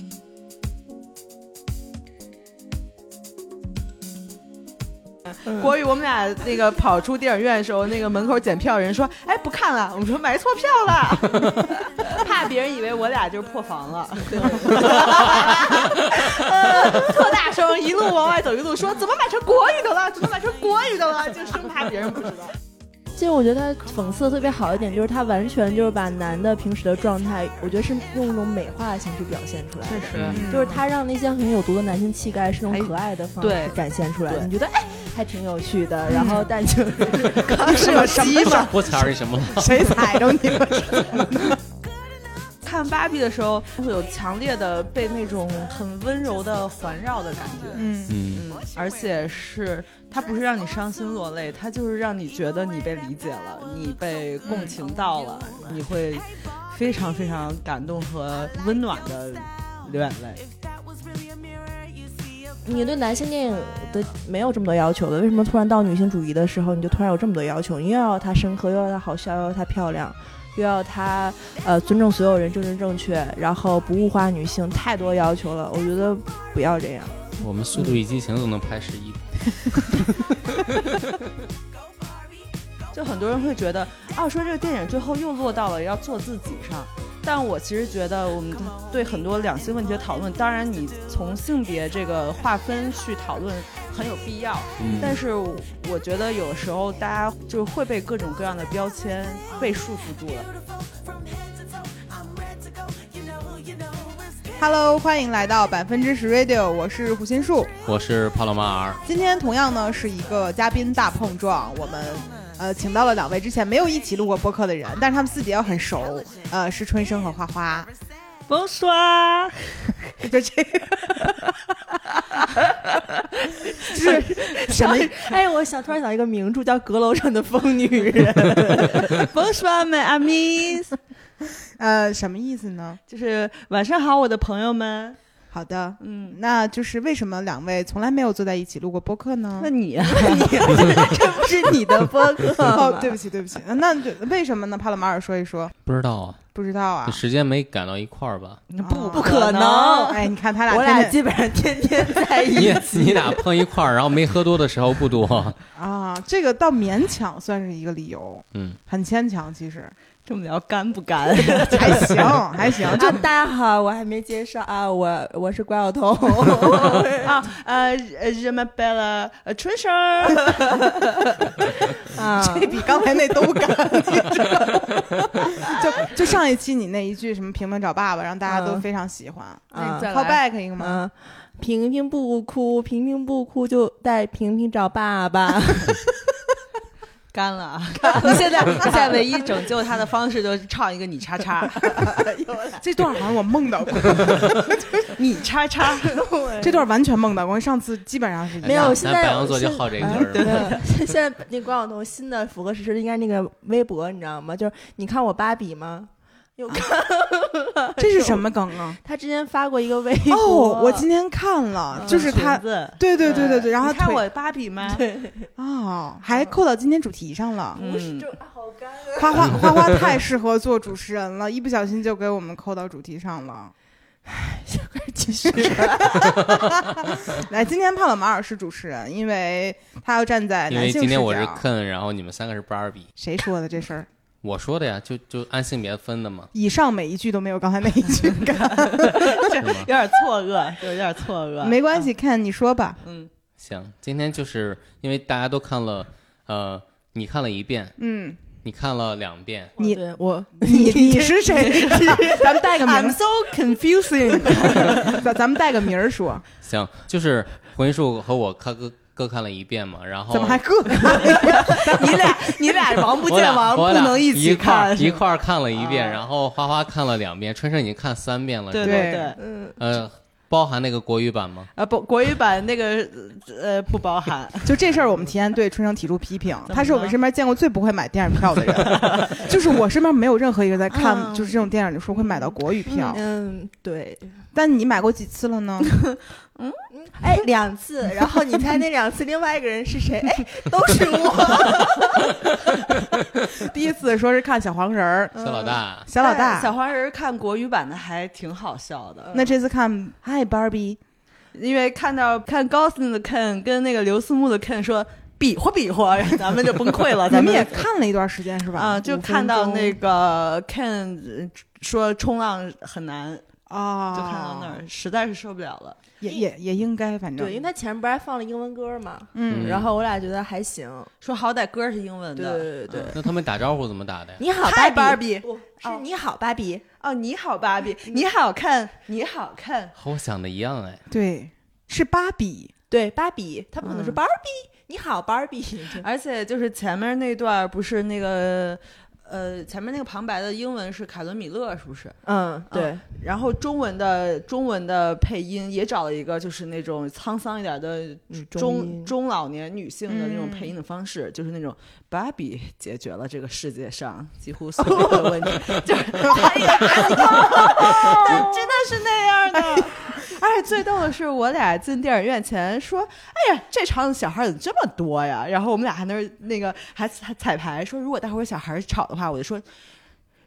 国宇，我们俩那个跑出电影院的时候，那个门口检票人说：“哎，不看了。”我们说买错票了， 怕别人以为我俩就是破防 了。呃特大声，一路往外走，一路说：“怎么买成国语的了？怎么买成国语的了？”就生怕别人不知道。其实我觉得他讽刺的特别好一点，就是他完全就是把男的平时的状态，我觉得是用一种美化的形式表现出来的。实就是他让那些很有毒的男性气概是用可爱的方哎式展现出来的，对你觉得哎还挺有趣的，然后 但就是是有 鸡吗？ 我踩着你什么了？谁踩着你了？ 看芭比的时候，会有强烈的被那种很温柔的环绕的感觉，嗯，嗯，嗯，而且是它不是让你伤心落泪，它就是让你觉得你被理解了，你被共情到了，你会非常非常感动和温暖的流眼泪。你对男性电影的没有这么多要求的，为什么突然到女性主义的时候，你就突然有这么多要求？你又要她深刻，又要她好笑，又要她漂亮，又要她呃尊重所有人，政治正确，然后不物化女性，太多要求了。我觉得不要这样。我们《速度与激情》都能拍十一部，就很多人会觉得啊，说这个电影最后又落到了要做自己上。但我其实觉得，我们对很多两性问题的讨论，当然你从性别这个划分去讨论很有必要，嗯嗯但是我觉得有时候大家就会被各种各样的标签被束缚住了。 Hello，欢迎来到百分之十 Radio，我是胡心树。我是帕洛马尔，今天同样呢是一个嘉宾大碰撞，我们呃请到了两位之前没有一起录过播客的人，但是他们私底下很熟，呃是春生和花花， 甭说啊，就这个，就是什么？ 哎，我想突然想一个名著叫《阁楼上的疯女人》，甭说啊，们阿咪，呃什么意思呢？就是晚上好，我的朋友们。好的，嗯，那就是为什么两位从来没有坐在一起录过播客呢？那你啊这不 是你的播客哦，吗对不起，对不起，那就为什么呢？帕拉马尔说一说，不知道啊，不知道啊哦这。时间没赶到一块儿 吧？不不可能哎，你看他俩我天天，俩基本上天天在一 你起。你俩碰一块儿，然后没喝多的时候不 多，啊，这个倒勉强算是一个理由，嗯，很牵强，其实 这么聊干不干？还行，还行，就啊，大家好，我还没介绍啊，我我是关晓 彤，啊，呃，人们贝了，呃，春生儿，啊，这 比刚才那都干，你知道吗就就上一期你那一句什么“平稳找爸爸”，让大家都嗯非常喜欢。啊嗯再 call 来 back 一个吗？嗯，平平不哭，平平不哭，就带平平找爸爸。干了啊！你现在现在唯一拯救他的方式就是唱一个你叉叉，这段好像我梦到过，你叉叉，这段完全梦到过。上次基本上是一样没有，咱现在哎咱白羊座现就好这一哎口儿对， 现现在那关晓彤新的符合实施的应该那个微博，你知道吗？就是你看我芭比吗？有看，这是 什么梗啊？他之前发过一个微博，哦，我今天看了，就是他裙，嗯子，对对对对对，然后你看腿我芭比吗？哦，还扣到今天主题上了。不是嗯就啊好尴尬。花花花花太适合做主持人了，一不小心就给我们扣到主题上了。继续， 来，今天帕洛马尔是主持人，因为他要站在因男为性今视天角。我是 Ken，然后你们三个是 Barbie，谁说的这事儿？我说的呀，就就按性别分的嘛，以上每一句都没有刚才那一句干，是吗有？点错愕，就有点错愕，没关系，看你说吧。嗯，行，今天就是因为大家都看了，呃，你看了一遍，嗯，你看了两遍，你哦对 我你你是 谁？咱们带个名 I'm 儿， so confusing，咱咱们带个名儿说，行，就是胡云树和我看各各看了一遍嘛，然后怎么还各个？你俩你俩王不我俩见王，我不俩能一起块儿看，一是吧块儿看了一遍，啊然后花花看了两遍，春生已经看三遍了，对是吧？对对， 嗯，呃，包含那个国语版吗？呃，不，国语版那个呃不包含，就这事儿，我们提前对春生提出批评，么他是我们了身边见过最不会买电影票的 人，就是我身边没有任何一个在看嗯就是这种电影的时候会买到国语票，嗯，对，但你买过几次了呢？哎，两次，然后你猜那两次另外一个人是谁？哎，都是 我， 第一次说是看小黄人儿、嗯小老大， 小老大，但小黄人儿看国语版的还挺好笑的，那这次看嗨 Barbie，因为看到看 Gosling 的 Ken 跟那个刘思慕的 Ken 说比划比划，然后 咱们就崩溃 了。咱咱们们也看了一段时间是吧？啊、就看到那个 Ken 呃说冲浪很难，啊，就看到那儿，实在是受不了了。也也也应该，反正对，因为他前面不是还放了英文歌嘛，嗯然后我俩觉得还行，说好歹歌是英文对的，对对对。那他们打招呼怎么打的呀？你好，嗨芭比， Barbie 不哦是你好，芭比。哦，你好，芭比，你好看，你好看，和我想的一样哎，对，是芭比，对，芭比，他不可能是嗯芭比。你好，芭比。嗯而且就是前面那段儿不是那个。呃，前面那个旁白的英文是凯伦·米勒，是不是？嗯，对，然后中文的中文的配音也找了一个，就是那种沧桑一点的嗯中音中老年女性的那种嗯配音的方式，就是那种芭比解决了这个世界上几乎所有的 问题，就是她也真的是那样 的。而且哎最逗的是，我俩进电影院前说：“哎呀，这场小孩怎么这么多呀？”然后我们俩还那儿那个还还彩排说，如果待会儿小孩吵的话，我就说。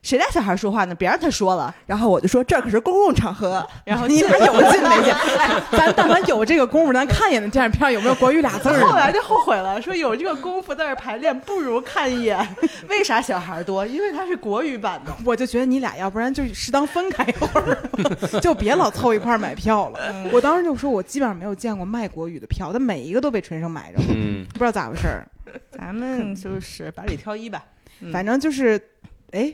谁家小孩说话呢？别让他说了。然后我就说这可是公共场合，然后你进们有进没进？哎，咱但凡有这个功夫，咱看一眼电影票有没有国语俩字儿呢？后来就后悔了，说有这个功夫在这儿排练，不如看一 眼。为啥小孩多？因为它是国语版的。我就觉得你俩要不然就适当分开一会儿， 就别老凑一块儿买票嗯了。我当时就说，我基本上没有见过卖国语的票，但每一个都被纯生买着了，嗯，不知道咋回事儿。咱们就是百里挑一吧。嗯反正就是，哎，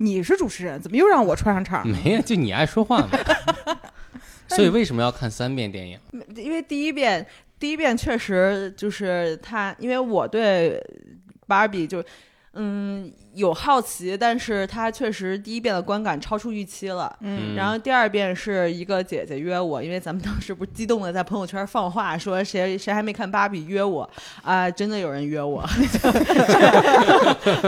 你是主持人，怎么又让我串上场？ 没呀，就你爱说话嘛。所以为什么要看三遍电影？因为第一遍，第一遍确实就是他，因为我对芭比就嗯有好奇，但是他确实第一遍的观感超出预期了。嗯嗯然后第二遍是一个姐姐约我，因为咱们当时不是激动的在朋友圈放话说谁谁还没看芭比约我啊、真的有人约我，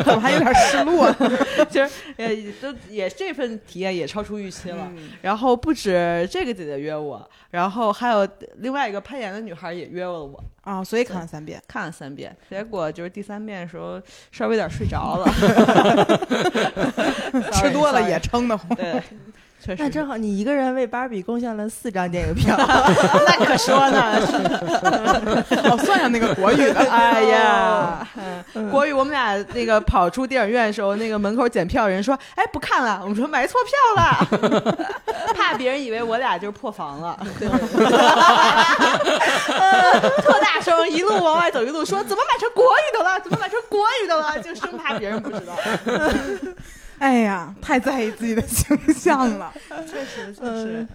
我还有点失落呢。其实呃都也这份体验也超出预期了。嗯然后不止这个姐姐约我，然后还有另外一个攀岩的女孩也约了我，啊，所以看了三遍。看了三遍，结果就是第三遍的时候稍微有点睡着 了，吃多了 Sorry，也撑得慌 sorry，。对，确实 那正好，你一个人为芭比贡献了四张电影票。那可说 呢，哦，算上那个国语的， 哎呀，嗯国语我们俩那个跑出电影院的时候，那个门口检票人说，哎不看了，我们说买错票了， 怕别人以为我俩就是破防了， 呃特大声一路往外走一路说怎么买成国语的了，怎么买成国语的了，就生怕别人不知道。哎呀，太在意自己的形象了。确实，确嗯，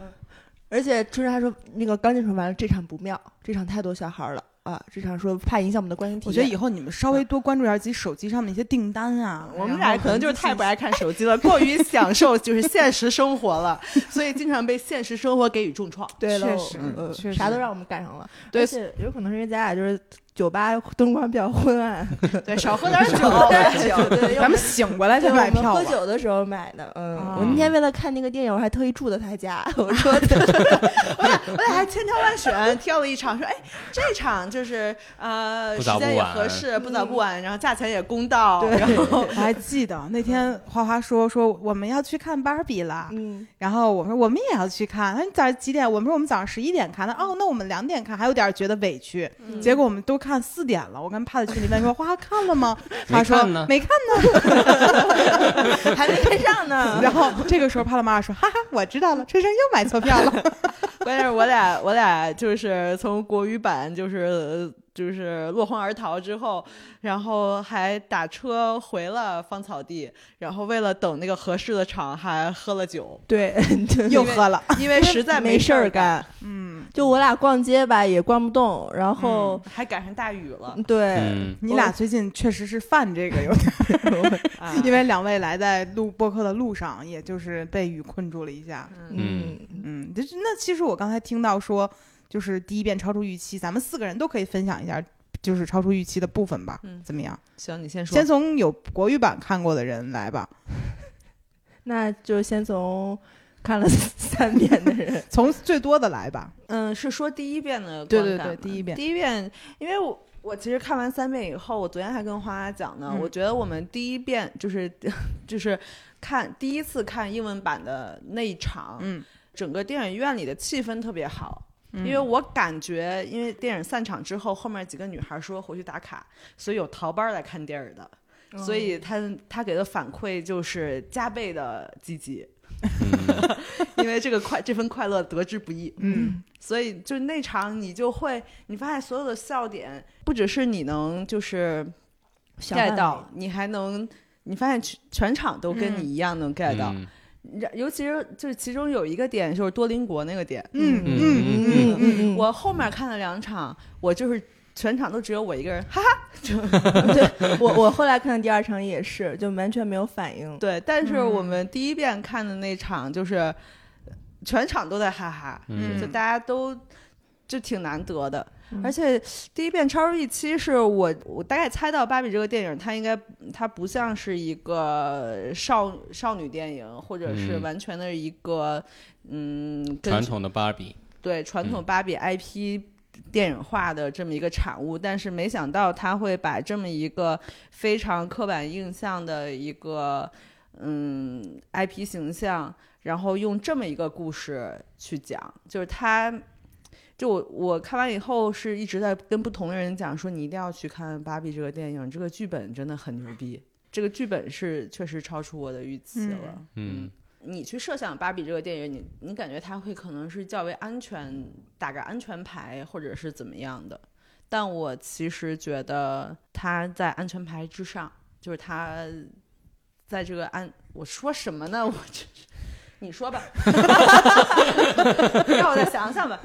而且春莎说那个刚进城完了，这场不妙，这场太多小孩了啊！这场说怕影响我们的观影体验。啊我觉得以后你们稍微多关注一下自己手机上面一些订单啊。嗯我们然俩后可能就是太不爱看手机了，过于享受就是现实生活了，所以经常被现实生活给予重创。对了，确实嗯确实啥都让我们赶上了。对而且有可能是因为咱俩就是酒吧灯光比较昏 暗，对，少喝点酒，喝点酒， 对，咱们醒过来对再买票我吧们喝。酒的时候买的，嗯，啊我那天为了看那个电影，我还特意住的他家。 我说，我俩哎还千挑万选挑了一场，说哎，这场就是呃不时早间不也晚合适，不早嗯不晚，然后价钱也公道，然后我还记得那天花花说说我们要去看芭比啦，嗯，然后我说我们也要去看。啊那你早上几点？我们说我们早上十一点看的。哦，那我们两点看，还有点觉得委屈。嗯结果我们都看四点了。我跟帕子群里面说花花看了吗？没他说看呢没看呢。 还没跟上呢。 然后这个时候帕拉妈妈说哈哈，我知道了，春生又买错票 了。关键是我俩，我俩就是从国语版就是呃就是落荒而逃之后，然后还打车回了芳草地，然后为了等那个合适的场，还喝了酒，对， 对又喝了。因为实在 没事儿儿干，嗯，就我俩逛街吧，也逛不动，然后嗯，还赶上大雨了对，嗯，你俩最近确实是犯这个有点儿，啊！ 因为两位来在录播客的路上，也就是被雨困住了一下。嗯，嗯，就是那其实我刚才听到说，就是第一遍超出预期，咱们四个人都可以分享一下，就是超出预期的部分吧。嗯怎么样？行，你先说。先从有国语版看过的人来吧，那就先从看了三遍的人，从最多的来吧。嗯，是说第一遍的对观对感对吗第一遍第一遍，因为我我其实看完三遍以后，我昨天还跟花花讲呢，嗯我觉得我们第一遍就是 就是看第一次看英文版的那一场，嗯整个电影院里的气氛特别好。因为我感觉，因为电影散场之后，后面几个女孩说回去打卡，所以有逃班来看电影的，嗯所以他他给的反馈就是加倍的积极，嗯， 因为这个快这份快乐得之不易。嗯，所以就那场你就会，你发现所有的笑点不只是你能就是小范 get 围到，你还能你发现全全场都跟你一样能 get 到，嗯然尤其是就是其中有一个点就是多邻国那个点，嗯嗯嗯嗯嗯嗯我后面看了两场，我就是全场都只有我一个人，哈哈，对我我后来看的第二场也是，就完全没有反应。对，但是我们第一遍看的那场就是全场都在哈哈，嗯就嗯大家都就挺难得的。嗯而且第一遍《超人 E 七》是我我大概猜到芭比这个电影，它应该它不像是一个少少女电影，或者是嗯完全的一个嗯跟传统的芭比，对传统芭比 IP 电影化的这么一个产物，但是没想到他会把这么一个非常刻板印象的一个嗯 IP 形象，然后用这么一个故事去讲，就是他。就我我看完以后是一直在跟不同的人讲说，你一定要去看《芭比》这个电影，这个剧本真的很牛逼，这个剧本是确实超出我的预期了。嗯嗯你去设想《芭比》这个电影，你你感觉它会可能是较为安全，打个安全牌，或者是怎么样的？但我其实觉得它在安全牌之上，就是它在这个安，我说什么呢？我 这你说吧， 让我再想想吧。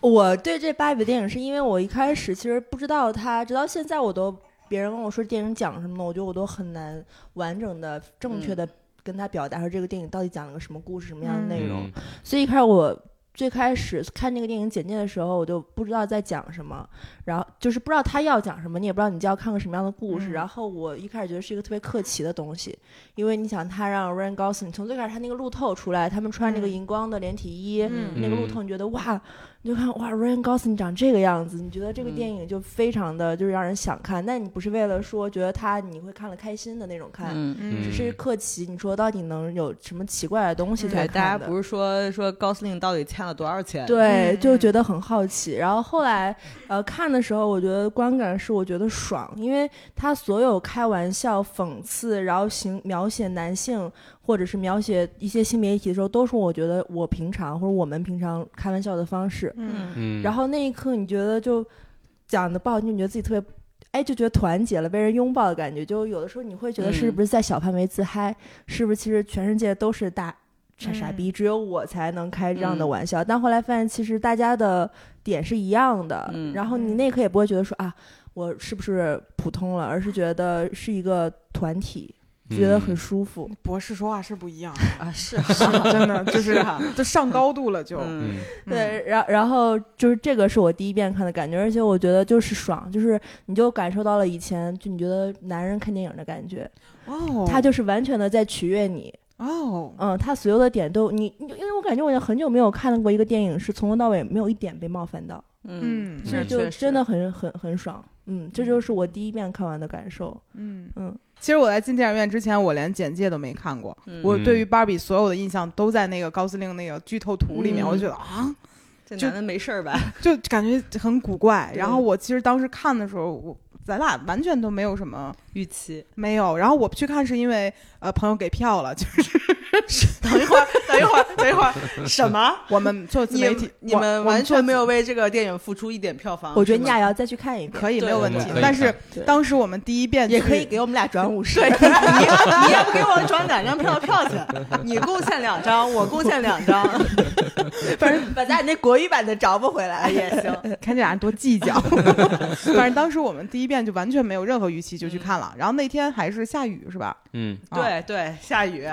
我对这芭比电影是因为我一开始其实不知道它，直到现在我都别人问我说电影讲什么的，我觉得我都很难完整的、正确的跟他表达说这个电影到底讲了个什么故事、什么样的内容。嗯所以一开始我最开始看这个电影简介的时候，我就不知道在讲什么，然后就是不知道他要讲什么，你也不知道你就要看个什么样的故事。嗯然后我一开始觉得是一个特别客气的东西，因为你想他让 Ryan Gosling 从最开始他那个路透出来，他们穿那个嗯荧光的连体衣。嗯那个路嗯透，你觉得哇，你就看哇，Ryan Gosling 长这个样子，你觉得这个嗯电影就非常的就是让人想看，但你不是为了说觉得他你会看了开心的那种看，嗯，嗯只是客气，你说到底能有什么奇怪的东西嗯对，在看的？大家不是说说高司令到底欠了多少钱？，对，就嗯觉得很好奇。然后后来，呃，看的时候，我觉得观感是我觉得爽，因为他所有开玩笑、讽刺，然后形描写男性或者是描写一些性别议题的时候，都是我觉得我平常或者我们平常开玩笑的方式。嗯嗯，然后那一刻，你觉得就讲的不好听，你觉得自己特别。哎，就觉得团结了，被人拥抱的感觉。就有的时候你会觉得是嗯不是在小范围自嗨，是不是其实全世界都是大傻傻逼，只有我才能开这样的嗯玩笑。但后来发现，其实大家的点是一样的，嗯然后你那一刻也不会觉得说啊，我是不是普通了，而是觉得是一个团体，觉得很嗯舒服。博士说话是不一样，啊，是啊，真的就是是啊，就上高度了，就嗯嗯对，然然后就是这个是我第一遍看的感觉，而且我觉得就是爽，就是你就感受到了以前就你觉得男人看电影的感觉，哦，他就是完全的在取悦你，哦，嗯，他所有的点都你，你因为我感觉我已经很久没有看过一个电影是从头到尾没有一点被冒犯到，嗯，嗯是所以那就确真实的很很很爽，嗯，这就是我第一遍看完的感受，嗯嗯，其实我在进电影院之前，我连简介都没看过，嗯我对于芭比所有的印象都在那个高司令那个剧透图里面，嗯我就觉得啊，这就男的没事儿吧？就感觉很古怪。对然后我其实当时看的时候，我咱俩完全都没有什么预期，没有。然后我去看是因为呃朋友给票了，就是等一会儿，等一会儿，等一会儿，什么？我们做 自你媒体，你我们我完全做自没有为这个电影付出一点票房。我觉得你是吗俩要再去看一遍，可以没有问题对对，但是对当时我们第一遍也去可以给我们俩转 五十，你你要给我转两张票的票去，你贡献两张，我贡献两张，反正把咱俩那国语版的找不回来哎也行。看这俩人多计较。 反正当时我们第一遍就完全没有任何预期就去看了，然后那天还是下雨是吧？嗯啊对对，下雨，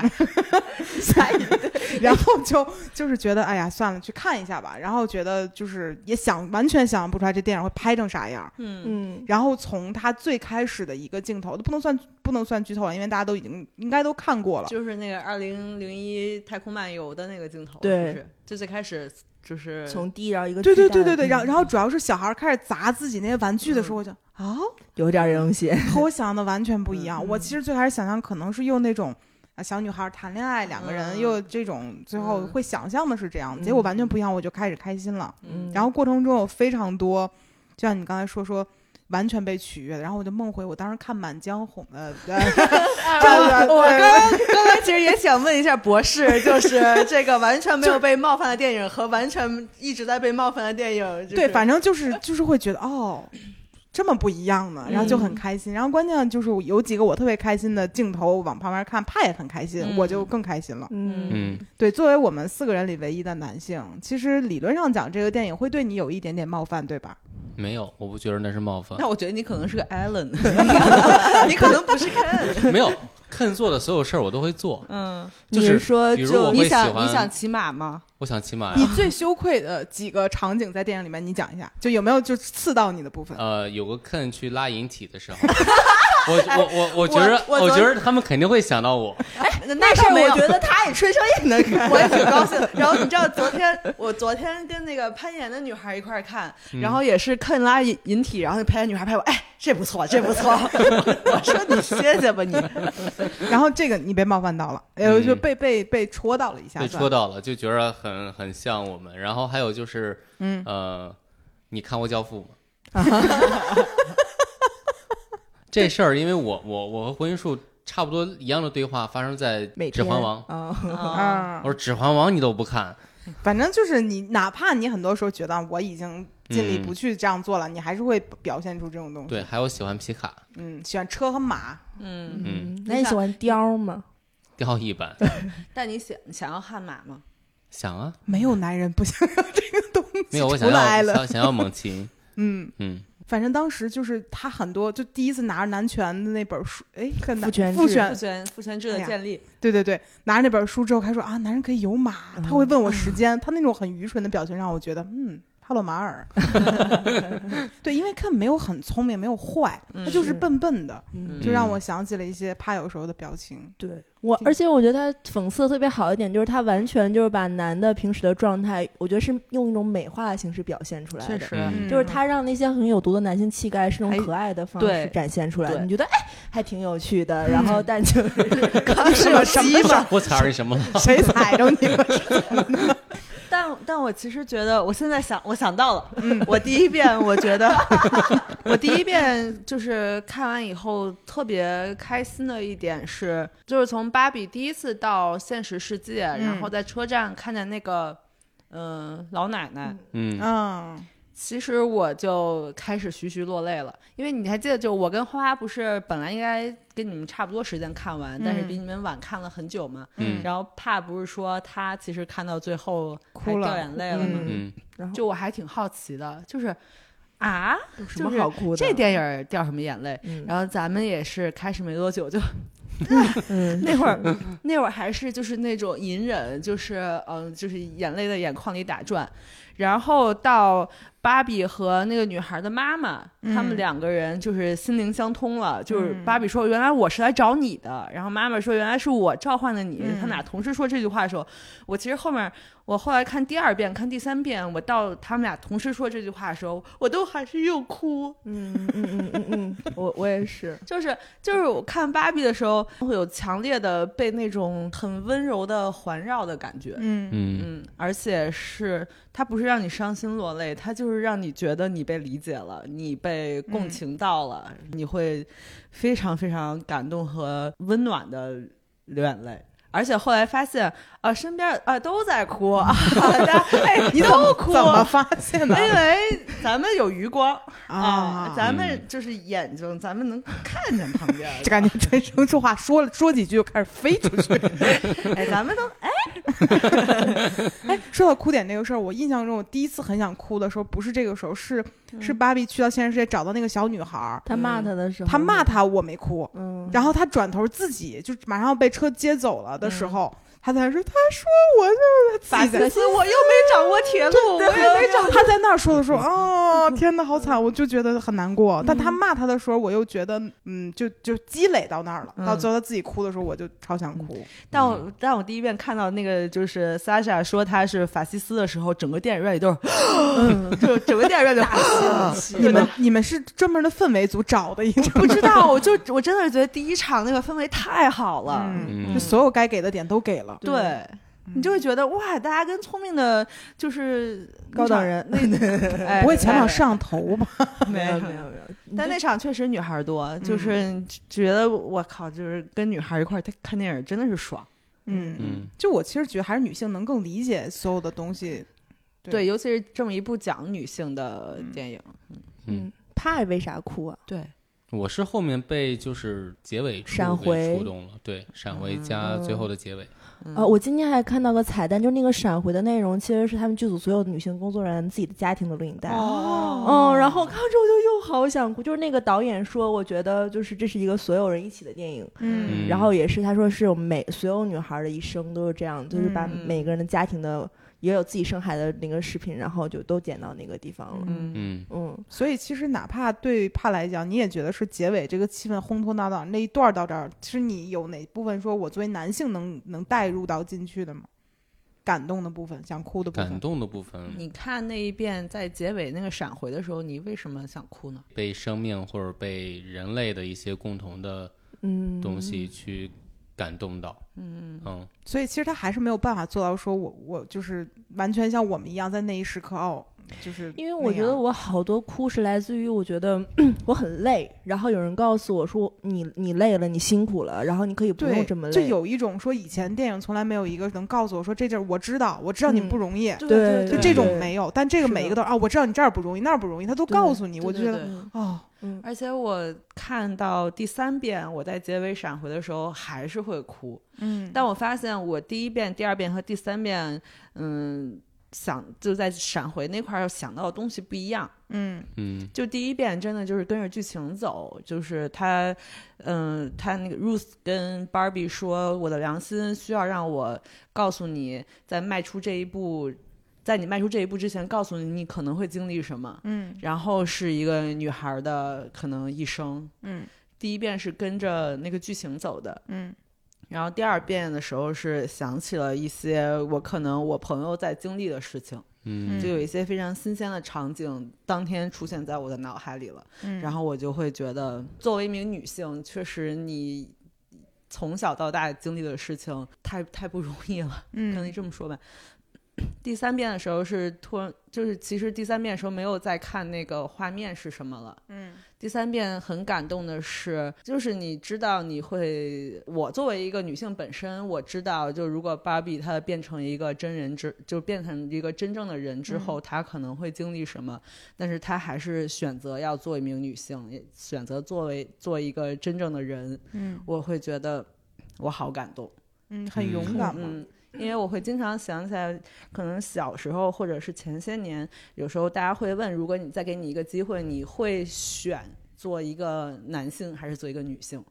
下一个然后就就是觉得哎呀算了，去看一下吧。然后觉得就是也想完全想象不出来这电影会拍成啥样。嗯嗯，然后从他最开始的一个镜头，都不能算不能算剧透了，因为大家都已经应该都看过了。就是那个二零零一太空漫游的那个镜头，对是不是就最开始就是嗯从低然后一个对巨对大对的对对，嗯然后然后主要是小孩开始砸自己那些玩具的时候，我就啊，有点儿东西，和我想的完全不一样。嗯我其实最开始想象可能是用那种啊小女孩谈恋爱，两个人嗯又这种，最后嗯会想象的是这样，嗯结果完全不一样，我就开始开心了。嗯然后过程中有非常多，就像你刚才说说。完全被取悦，然后我就梦回我当时看《满江红》的，呃这啊我刚刚刚刚其实也想问一下博士，就是这个完全没有被冒犯的电影和完全一直在被冒犯的电影，对，反正就是就是会觉得哦，这么不一样呢，然后就很开心。然后关键就是有几个我特别开心的镜头往旁边看，怕也很开心，嗯我就更开心了。嗯嗯对，作为我们四个人里唯一的男性，其实理论上讲，这个电影会对你有一点点冒犯，对吧？没有，我不觉得那是冒犯， 那我觉得你可能是个嗯 Allen，你可能不是 Ken。没有。看做的所有事儿我都会做，嗯，就你是是说比如我就会你喜想欢，你想骑马吗？我想骑马 你呀。最羞愧的几个场景在电影里面，你讲一下，就有没有就刺到你的部分？ 呃，有个 Ken 去拉引体的时候，我我我我觉得我我我觉昨得他们肯定会想到我， 那事倒儿没有我觉得他也吹成也能 看，我也挺高 兴。然后你知道，昨天我昨天跟那个攀岩的女孩一块儿看，嗯然后也是看拉引引体，然后那攀岩女孩拍我，哎，这不 错，这不错。 我说你歇歇吧你。然后这个你被冒犯到了，呃，嗯就被被被戳到了一下，被算戳到了，就觉得很很像我们。然后还有就是，嗯呃，你看过《教父》吗？ 这事儿，因为我我我和胡云树差不多一样的对话发生在每《指环王》，啊，啊，啊我说《指环王》你都不看，反正就是你，哪怕你很多时候觉得啊我已经尽力不去这样做了，你还是会表现出这种东西。嗯对，还有喜欢皮卡，嗯，喜欢车和马，嗯，嗯，那你喜欢貂吗？掉一版，但你想想要悍马吗？想啊，没有男人不想 要这个东西，没有，我除想了艾要伦。想想要猛禽，嗯，嗯，反正当时就是他很多，就第一次拿着男权的那本书，哎，叫嗯父男权制父父权，权父权制的建立，对对对，拿着那本书之后，他说啊，男人可以有马，嗯他会问我时间，他那种很愚蠢的表情让我觉得，嗯。哈洛马 尔， 对，因为看没有很聪明，没有坏，嗯他就是是笨笨的，嗯就让我想起了一些怕有时候的表情。对我，对而且我觉得他讽刺的特别好一点，就是他完全就是把男的平时的状态，我觉得是用一种美化的形式表现出来的。嗯就是他让那些很有毒的男性气概是用还可爱的方对式展现出来的，对嗯你觉得哎还挺有趣的，然后 但就是刚是有鸡 吗？我踩着你什么了？ 谁踩着你了？但但我其实觉得，我现在想，我想到了， 我第一遍我觉得，嗯 我第一遍就是看完以后特别开心的一点是，就是从芭比第一次到现实世界，然后在车站看见那个，嗯、老奶奶，嗯 嗯，其实我就开始徐徐落泪了，因为你还记得，就我跟花花不是本来应该跟你们差不多时间看完，但是比你们晚看了很久嘛。嗯然后怕不是说他其实看到最后还哭了掉眼泪了吗？嗯，就我还挺好奇的，就是啊，有什就么是好哭的？这电影儿掉什么眼泪？嗯然后咱们也是开始没多久就嗯，那会儿，那会儿还是就是那种隐忍，就是嗯、呃就是眼泪在眼眶里打转。然后到芭比和那个女孩的妈妈，他们嗯两个人就是心灵相通了。就是嗯芭比说：“原来我是来找你的。”然后妈妈说：“原来是我召唤的你。嗯他们俩同时说这句话的时候，我其实后面我后来看第二遍、看第三遍，我到他们俩同时说这句话的时候，我都还是又哭。嗯嗯嗯嗯嗯，我我也是，就是就是我看芭比的时候，会有强烈的被那种很温柔的环绕的感觉。嗯，嗯嗯，而且是它不是让你伤心落泪，它就是让你觉得你被理解了，你被嗯共情到了，你会非常非常感动和温暖的流眼泪。而且后来发现，啊，身边啊、都在哭， 啊，大家哎，你怎都么哭，怎么发现的？因为咱们有余光啊，咱们就是眼睛，咱们能看见旁边儿就感觉这生说话说了说几句就开始飞出去。 哎，咱们都哎，哎，说到哭点这个事儿，我印象中我第一次很想哭的时候，不是这个时候，是是芭比去到现实世界找到那个小女孩儿，他骂嗯他的时候，她骂，她，我没哭，嗯，然后她转头自己就马上要被车接走了的时候，她才说，她说我就是自法己在西斯，我又没掌握铁路，我也没掌握。他在那儿说的时候，哦，天哪，好惨，我就觉得很难过。但嗯他骂他的时候，我又觉得，嗯，就就积累到那儿了。嗯到最后他自己哭的时候，我就超想哭。但我但我第一遍看到那个个就是 Sasha 说他是法西斯的时候，整个电影院里都是， 就整个电影院里都你们你们是专门的氛围组找的一种，不知道，我就我真的是觉得第一场那个氛围太好了，嗯就所有该给的点都给了。对。你嗯就会觉得哇，大家跟聪明的，就是高档人那场，那哎不会前往往摄像头哎吧？ 没有没有没有，嗯但那场确实女孩多，就是觉得我靠，就是跟女孩一块儿看电影真的是爽。嗯嗯，就我其实觉得还是女性能更理解所有的东西。对对，尤其是这么一部讲女性的电影，嗯，派为啥哭啊？对，我是后面被就是结尾处闪给回触动了，对，闪回加最后的结尾，呃，我今天还看到个彩蛋，就那个闪回的内容其实是他们剧组所有女性工作人员自己的家庭的录影带。哦嗯，然后看完之后就又好想哭，就是那个导演说，我觉得就是这是一个所有人一起的电影，嗯嗯然后也是他说是每所有女孩的一生都是这样，就是把嗯每个人的家庭的也有自己生孩子的那个视频，然后就都剪到那个地方了。嗯，嗯嗯，所以其实哪怕对帕来讲，你也觉得是结尾这个气氛烘托到到那一段儿到这儿，其实你有哪部分说我作为男性能能带入到进去的吗？感动的部分，想哭的部感分，动的部分你看那一遍在结尾那个闪回的时候，你为什么想哭呢？被生命或者被人类的一些共同的嗯东西去感动到，嗯嗯，所以其实他还是没有办法做到说我我就是完全像我们一样在那一时刻哦，就是因为我那觉得样我好多哭是来自于我觉得 我很累，然后有人告诉我说你你累了，你辛苦了，然后你可以不对用这么累。就有一种说以前电影从来没有一个能告诉我说这地儿我知道，我知道你们嗯不容易，对对对就对这种对没有，但这个是每的一个都是啊，我知道你这儿不容易，那儿不容易，他都对告诉你，对我就对觉对得哦，嗯而且我看到第三遍，我在结尾闪回的时候还是会哭，嗯但我发现我第一遍、第二遍和第三遍，嗯，想就在闪回那块儿想到的东西不一样。嗯嗯就第一遍真的就是跟着剧情走，就是他，嗯，他那个 Ruth 跟 Barbie 说，我的良心需要让我告诉你，在迈出这一步，在你迈出这一步之前，告诉你你可能会经历什么。嗯然后是一个女孩的可能一生，嗯第一遍是跟着那个剧情走的，嗯然后第二遍的时候是想起了一些我可能我朋友在经历的事情，嗯就有一些非常新鲜的场景，当天出现在我的脑海里了。嗯，然后我就会觉得，作为一名女性，确实你从小到大经历的事情太太不容易了，嗯可以这么说吧。 第三遍的时候是突然，就是其实第三遍的时候没有再看那个画面是什么了。嗯第三遍很感动的是，就是你知道你会，我作为一个女性本身，我知道，就如果芭比她变成一个真人之，就变成一个真正的人之后，她可能会经历什么，但是她还是选择要做一名女性，也选择作为做一个真正的人，嗯我会觉得我好感动。嗯，很嗯勇敢嘛，嗯，因为我会经常想起来，可能小时候或者是前些年，有时候大家会问，如果你再给你一个机会，你会选做一个男性还是做一个女性？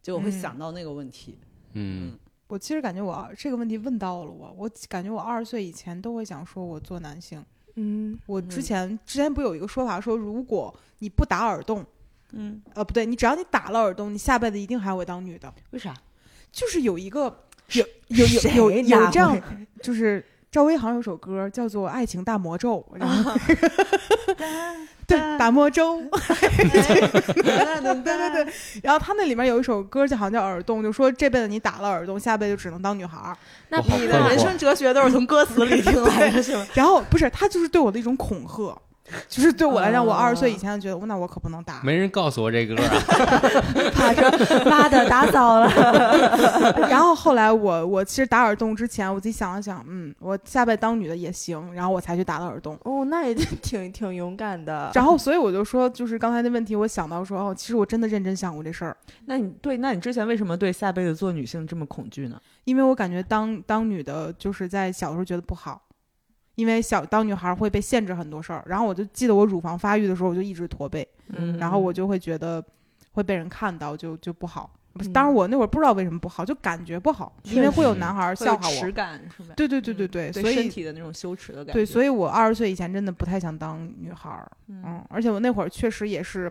就我会嗯想到那个问题。嗯我其实感觉我二这个问题问到了我，我感觉我二十岁以前都会想说我做男性。嗯我之嗯前、之前不有一个说法说，如果你不打耳洞，嗯，呃，不对，你只要你打了耳洞，你下辈子一定还会当女的。为啥？就是有一个有有有有谁有哪这样会，就是赵薇好像有首歌叫做《爱情大魔咒》，然后、 对大魔咒，对对对，然后他那里面有一首歌就好像叫《耳洞》，就说这辈子你打了耳洞，下辈子就只能当女孩儿。那我好你你的的困人惑生哲学都是从歌词里听来的， 是吗？然后不是他就是对我的一种恐吓，就是对我来讲，我啊二十岁以前就觉得，那我可不能打。没人告诉我这歌啊，怕说妈的打扫了， 然后后来我我其实打耳洞之前，我自己想了想，嗯，我下辈子当女的也行，然后我才去打了耳洞。哦，那也挺挺勇敢的。然后，所以我就说，就是刚才那问题，我想到说，哦，其实我真的认真想过这事儿， 那你对，那你之前为什么对下辈子做女性这么恐惧呢？因为我感觉当当女的，就是在小时候觉得不好，因为小当女孩会被限制很多事儿。然后我就记得我乳房发育的时候，我就一直驼背，嗯然后我就会觉得会被人看到就，就不好。不是嗯当然，我那会儿不知道为什么不好，就感觉不好，确因为会有实男孩儿会有笑话耻我。感是吧？嗯对对对对对，对所身以体的那种羞耻的感觉。对，所以我二十岁以前真的不太想当女孩儿，嗯嗯，而且我那会儿确实也是，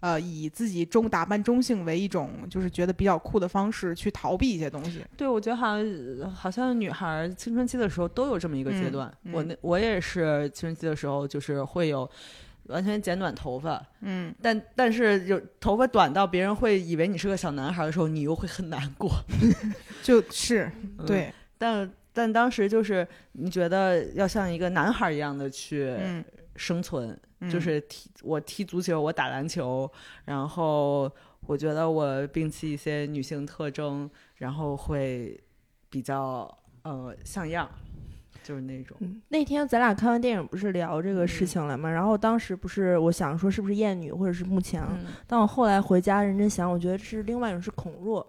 呃，以自己中打扮中性为一种就是觉得比较酷的方式去逃避一些东西。对，我觉得好像好像女孩儿青春期的时候都有这么一个阶嗯段。嗯我那我也是青春期的时候，就是会有完全剪短头发，嗯，但但是有头发短到别人会以为你是个小男孩儿的时候，你又会很难过。就是嗯对，但但当时就是你觉得要像一个男孩儿一样的去嗯，生存，嗯就是踢我踢足球，我打篮球，然后我觉得我摒弃一些女性特征，然后会比较呃像样，就是那种。嗯，那天咱俩看完电影不是聊这个嗯事情了吗？然后当时不是我想说是不是厌女或者是慕强，嗯但我后来回家认真想，我觉得是另外一种是恐弱，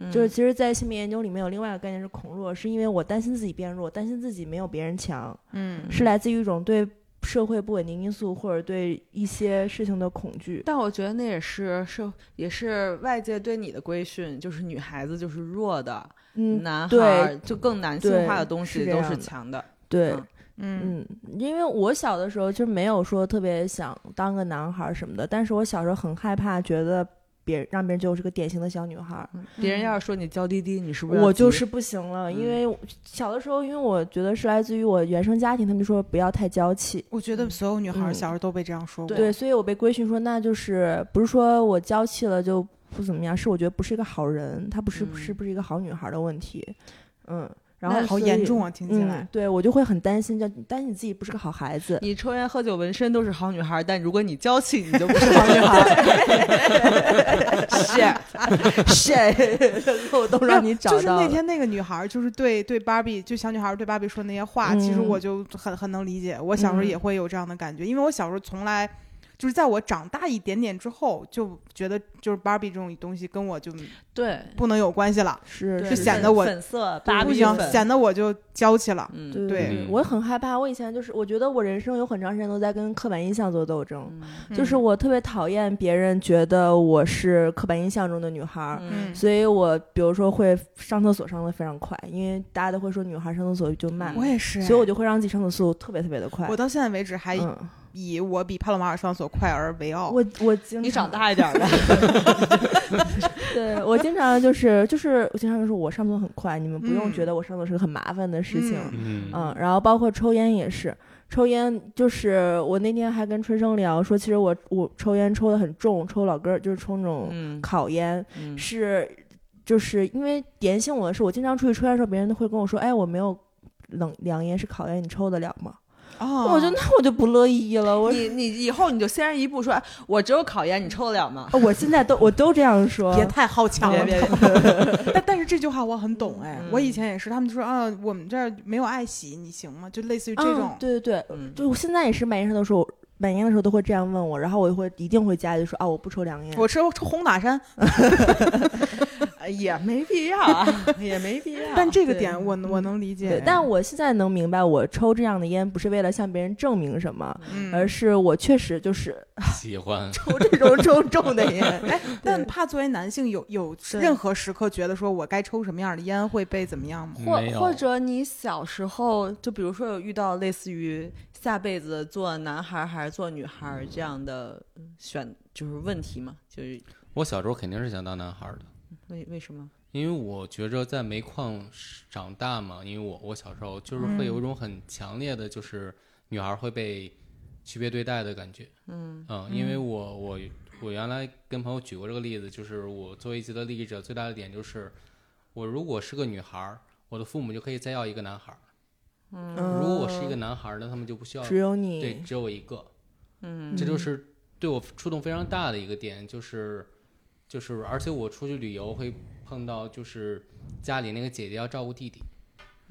嗯就是其实，在性别研究里面有另外一个概念是恐弱，是因为我担心自己变弱，担心自己没有别人强，嗯是来自于一种对社会不稳定因素或者对一些事情的恐惧。嗯但我觉得那也是是也是外界对你的规训，就是女孩子就是弱的，嗯，男孩对儿就更男性对化的东是西这都样是的强的。对，嗯嗯嗯，因为我小的时候就没有说特别想当个男孩儿什么的，但是我小时候很害怕，觉得别人让别人觉得我是个典型的小女孩儿，别嗯人要是说你娇滴滴，你嗯是不是要嗯我就急是不行了。因嗯为我小的时候，因为我觉得是来自于我原生家庭，他们就说不要太娇气，我觉得所有女孩儿嗯小时候都被这样说过。对，所以我被规训说那就是不是说我娇气了就不怎么样，是我觉得不是一个好人，她不是嗯是不是一个好女孩儿的问题，嗯，然后那好所严以。重啊，听起来嗯，。对我就会很担心，就担心你自己不是个好孩 子。你抽烟喝酒纹身都是好女孩，但如果你娇气，你就不 是好女孩。是是， 漏洞让你找就是到那了。天那个女孩儿，就是对对芭比，就小女孩儿对芭比说那些话，其实嗯我就很很能理解。我小时候也会有这样的感觉，因为我小时候从来就是在我长大一点点之后，就觉得就是芭比这种东西跟我就对，不能有关系了，是对就显得我粉色芭不比行，粉，显得我就娇气了。嗯对对我很害怕。我以前就是，我觉得我人生有很长时间都在跟刻板印象做斗争，嗯就是嗯我特别讨厌别人觉得我是刻板印象中的女孩儿。嗯所以我比如说会上厕所上的非常快，因为大家都会说女孩上厕所就慢，我也是哎，所以我哎就会让自己上厕所特别特别的快。我到现在为止还嗯，以我比帕洛马尔上所快而为傲。我我经你长常，大一点 了，对我经常 就是就是我经常就说我上厕所很快，你们不用嗯觉得我上厕所是个很麻烦的事情。嗯嗯嗯，然后包括抽烟也是，抽烟就是我那天还跟春生聊说，其实我我抽烟抽的很重，抽老根儿就是抽那种嗯烤烟，嗯是就是因为点醒我的是，我经常出去抽烟的时候，别人都会跟我说，哎，我没有冷凉烟，是烤烟，你抽得了吗？哦，我就那我就不乐意了，我你你以后你就先人一步说，哎我只有考研，你抽得了吗？哦我现在都我都这样说，别太好强嗯别了，别，但但是这句话我很懂哎，嗯我以前也是，他们就说啊，我们这儿没有爱喜，你行吗？就类似于这种嗯，，对对对，嗯就我现在也是买烟的时候。买烟的时候都会这样问我，然后我就会一定会加一句说啊，我不抽凉烟。我吃吃红塔啊山，哎也没必要 啊，也没必要。但这个对点我能我能理解嗯对，，但我现在能明白，我抽这样的烟不是为了向别人证明什么，嗯而是我确实就是 喜欢，抽这种抽重的烟。哎，但怕作为男性有有对任何时刻觉得说我该抽什么样的烟会被怎么样吗？或没有或者你小时候，就比如说有遇到类似于下辈子做男孩儿还是做女孩儿这样的选，就是问题嘛？就是我小时候肯定是想当男孩儿的，为为什么？因为我觉着在煤矿长大嘛，因为我我小时候就是会嗯有一种很强烈的，就是女孩会被区别对待的感觉。嗯因为我我我原来跟朋友举过这个例子，就是我作为一级的利益者，最大的点就是，我如果是个女孩儿，我的父母就可以再要一个男孩儿；嗯如果我是一个男孩儿，那他们就不需要嗯哦只有对，你，只有我一个。嗯，这就是对我触动非常大的一个点，就是就是，而且我出去旅游会碰到，就是家里那个姐姐要照顾弟弟，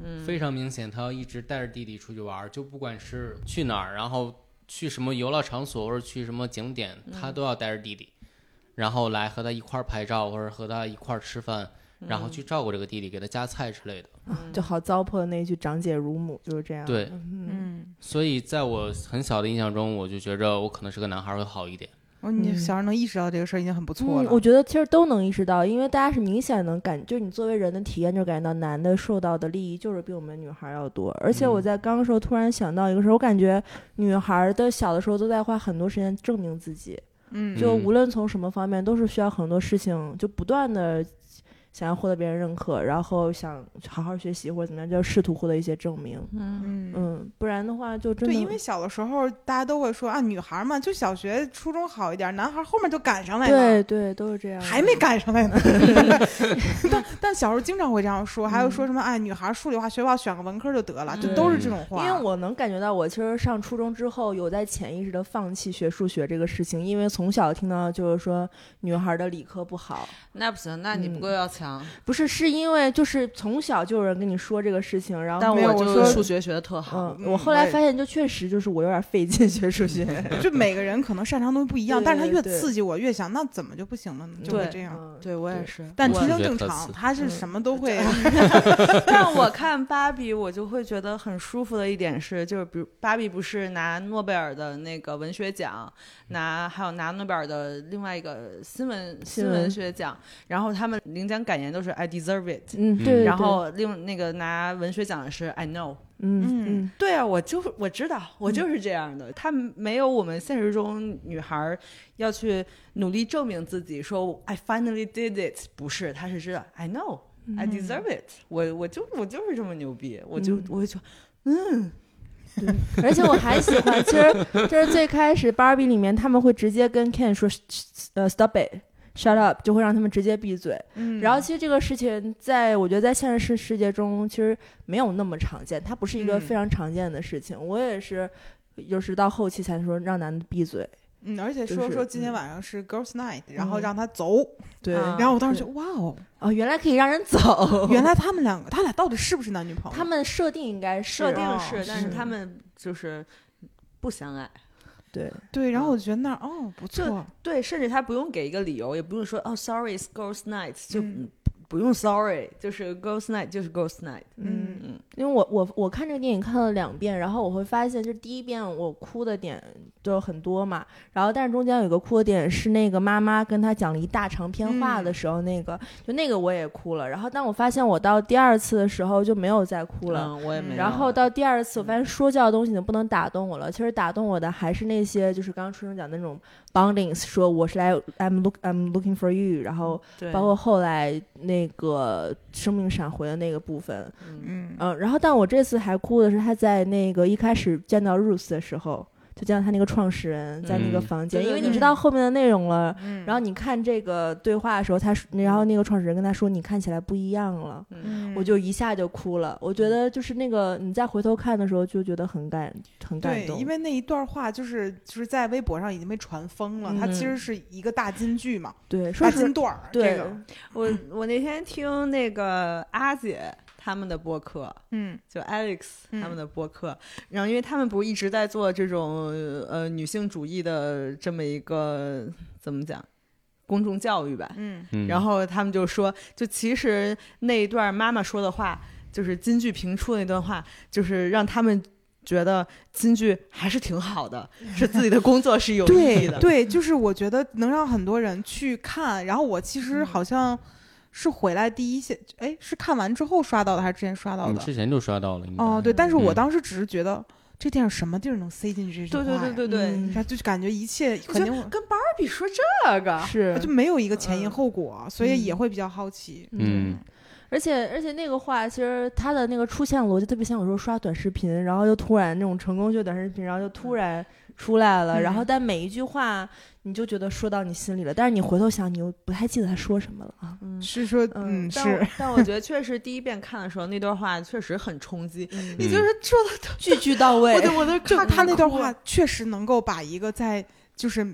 嗯，非常明显，她要一直带着弟弟出去玩儿，就不管是去哪儿，然后去什么游乐场所或者去什么景点，她都要带着弟弟，然后来和他一块儿拍照或者和他一块儿吃饭，嗯然后去照顾这个弟弟，给他夹菜之类的。啊嗯就好糟粕的那一句“长姐如母”就是这样。对嗯，嗯，所以在我很小的印象中，我就觉着我可能是个男孩儿会好一点。哦，你嗯小时候能意识到这个事儿已经很不错我了。觉得其实都能意识到，因为大家是明显能感，就是你作为人的体验，就感觉到男的受到的利益就是比我们女孩要多。而且我嗯在刚的时候突然想到一个事儿，我感觉女孩的小的时候都在花很多时间证明自己，嗯，就嗯无论从什么方面，都是需要很多事情，就不断的想要获得别人认可，然后想好好学习或者怎么样，就要试图获得一些证明。嗯，嗯嗯，不然的话就真的对，因为小的时候大家都会说啊，女孩嘛，就小学、初中好一点，男孩后面就赶上来对了。对都是这样的，还没赶上来呢， 但但小时候经常会这样说，还有说什么哎，女孩数理化学不好，选个文科就得了，就嗯对都是这种话。因为我能感觉到，我其实上初中之后有在潜意识的放弃学数学这个事情，因为从小听到就是说女孩的理科不好，那不行，那你不够要强。不是是因为就是从小就有人跟你说这个事情，然后但没我有我就说是数学学的特好，嗯，嗯我后我来也发现就确实就是我有点费劲学数学，就每个人可能擅长东西不一样，对但是他越对对刺激我，越想那怎么就不行了呢？ 就会对这样。嗯对我也是。但我提升数学正特常，次他是嗯什么都会。 但我看芭比，我就会觉得很舒服的一点是，就是比如芭比不是拿诺贝尔的那个文学奖，拿还有拿诺贝尔的另外一个新闻新新闻闻学奖，然后他们领奖感言都是 I deserve it，嗯，对，然后另那个拿文学奖的是 I know。嗯嗯嗯，对啊，我就是我知道，我就是这样的。她没有我们现实中女孩儿要去努力证明自己，说 I finally did it，不是，她是知道 I know。I deserve it，、我我就我就是这么牛逼，我就、嗯我就而且我还喜欢，其实就是最开始芭比里面他们会直接跟 Ken 说，呃，stop it。Shut up，就会让他们直接闭嘴。嗯然后其实这个事情在，我觉得在现实世界中其实没有那么常见，它不是一个嗯非常常见的事情。我也是，就是到后期才说让男的闭嘴。嗯，而且就说是说今天嗯晚上是 Girls Night，然后嗯让他走，对啊然后我当时对就哇哦，哦，原来可以让人走。原来他们两个，他俩到底是不是男女朋友？他们设定应该是设定哦是，但是是他们就是不相爱。对，对，然后嗯我觉得那儿哦不这错，对，甚至他不用给一个理由，也不用说哦，sorry，it's girls night，就、嗯不用 sorry，就是 girls night，就是 girls night。嗯，嗯因为我我我看这个电影看了两遍，然后我会发现，就是第一遍我哭的点就很多嘛，然后但是中间有一个哭的点是那个妈妈跟他讲了一大长篇话嗯的时候，那个就那个我也哭了，然后但我发现我到第二次的时候就没有再哭了。嗯，我也没有。嗯然后到第二次，我发现说教的东西已经不能打动我了。其实打动我的还是那些，就是刚刚春生讲的那种 bondings，说我是来 I'm look I'm looking for you，然后嗯对包括后来那个生命闪回的那个部分，嗯嗯嗯，然后但我这次还哭的是他在那个一开始见到 Ruth 的时候，就见到他那个创始人在那个嗯房间，对因对为你知对道后面的内容了。嗯然后你看这个对话的时候，他说，然后那个创始人跟他说：“你看起来不一样了。”嗯我就一下就哭了。我觉得就是那个你再回头看的时候，就觉得很感很感对，动。因为那一段话就是就是在微博上已经被传疯了，它其嗯实是一个大金句嘛，对，说大实金段儿，对、这个，我我那天听那个阿姐他们的播客，嗯就 Alex 嗯他们的播客，然后因为他们不是一直在做这种呃女性主义的这么一个怎么讲公众教育吧，嗯嗯然后他们就说，就其实那一段妈妈说的话，就是金句评出那段话，就是让他们觉得金句还是挺好的，是自己的工作是有意义对的。嗯对，就是我觉得能让很多人去看，然后我其嗯实好像是回来第一线，哎，是看完之后刷到的，还是之前刷到我们嗯的？之前就刷到了，应该哦，对，但是我嗯当时只是觉得这电影什么地儿能塞进去这句话对呀？对对对对，嗯然后就感觉一切我肯定觉得跟芭比说这个，是啊就没有一个前因嗯后果，所以也会比较好奇。嗯，而且而且那个话，其实它的那个出现逻辑特别像我说刷短视频，然后就突然那种成功学短视频，然后就突然出来了，嗯然后但每一句话你就觉得说到你心里了，但是你回头想，你又不太记得他说什么了 啊。嗯是说，嗯，嗯但我是，但我觉得确实第一遍看的时候，那段话确实很冲 击。嗯你就是说的句句到位我都我都就咔他那段哭话啊了，确实能够把一个在就是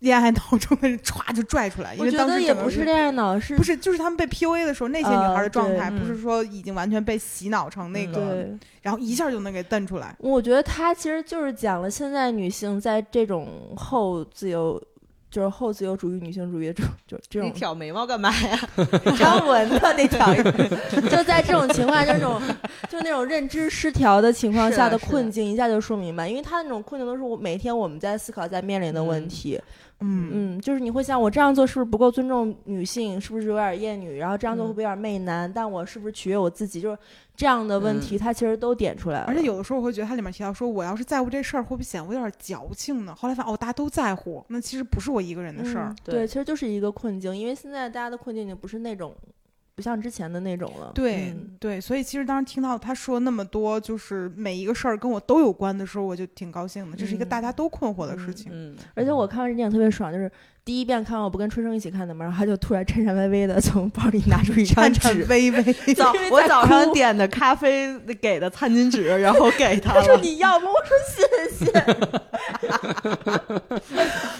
恋爱脑中的人歘就拽出来，因我为觉当得时也整个不是人恋爱脑，是不是就是他们被 PUA 的时候，那些女孩的呃状对态不是嗯说已经完全被洗脑成那嗯个，对。然后一下就能给瞪出来。我觉得他其实就是讲了现在女性在这种后自由，就是后自由主义女性主义这种，就这你种挑眉毛干嘛呀？张文 的 那条， 就在这种情况下，这种 就那种认知失调的情况是啊下的的是的困境，一下就说明白，因为他那种困境都是我每天我们在思考、在面临的问题。嗯嗯，就是你会想，我这样做是不是不够尊重女性？是不是有点厌女？然后这样做会不会有点媚男？但我是不是取悦我自己？就是这样的问题，他其实都点出来了。嗯而且有的时候我会觉得它里面提到说，我要是在乎这事儿，会不会显得我有点矫情呢？后来发现哦，大家都在乎，那其实不是我一个人的事儿。嗯对对，其实就是一个困境，因为现在大家的困境已经不是那种，不像之前的那种了。对、嗯对，所以其实当时听到他说那么多，就是每一个事儿跟我都有关的时候，我就挺高兴的。这是一个嗯大家都困惑的事嗯情。嗯，而且我看完这电影特别爽，就是第一遍看完我不跟春生一起看的嘛，然后他就突然颤颤巍巍的从包里拿出一张颤颤纸，巍巍， 早因为我在早哭上点的咖啡给的餐巾纸，然后给他他说了。 你要吗？我说谢谢。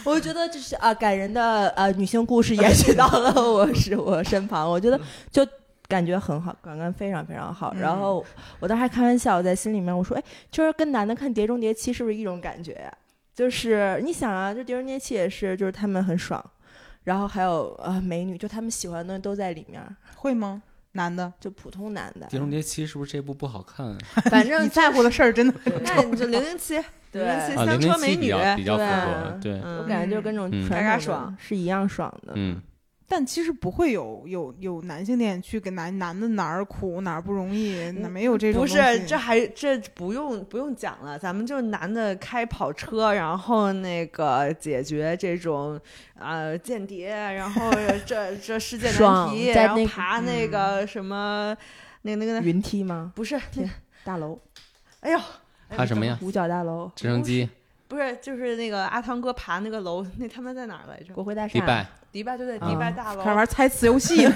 我就觉得这是啊、感人的呃女性故事延续到了我是我身旁，我觉得就。感觉很好，感官非常非常好。嗯然后我当时还开玩笑，我在心里面我说：“哎，就是跟男的看《碟中谍七》是不是一种感觉呀、就是你想啊，这《碟中谍七》也是，就是他们很爽，然后还有呃美女，就他们喜欢的东西都在里面，会吗？男的，就普通男的《碟，中谍七》是不是这部不好看啊？反正你在乎的事儿真的对那你就零零七，零对零七啊，香零车零美七比女，较比较符合，对对，我嗯，感觉就跟这种嗯传嘎嘎统的爽是一样爽的。嗯， 但其实不会有有有男性电影去给男男的哪儿苦哪儿不容易，哪没有这嗯种不东西是，这还这不用不用讲了，咱们就是男的开跑车，然后那个解决这种呃间谍，然 后这这世界难爽题，在然后那个爬那嗯个什么，那个那个那云梯吗？不是，天大楼，哎呦，哎怕什么？呀？五角大楼，直升机、不是，就是那个阿汤哥爬那个楼，那他们在哪儿来着？国会大厦。迪拜，迪拜就在啊迪拜大楼，嗯开始玩猜词 游戏呢，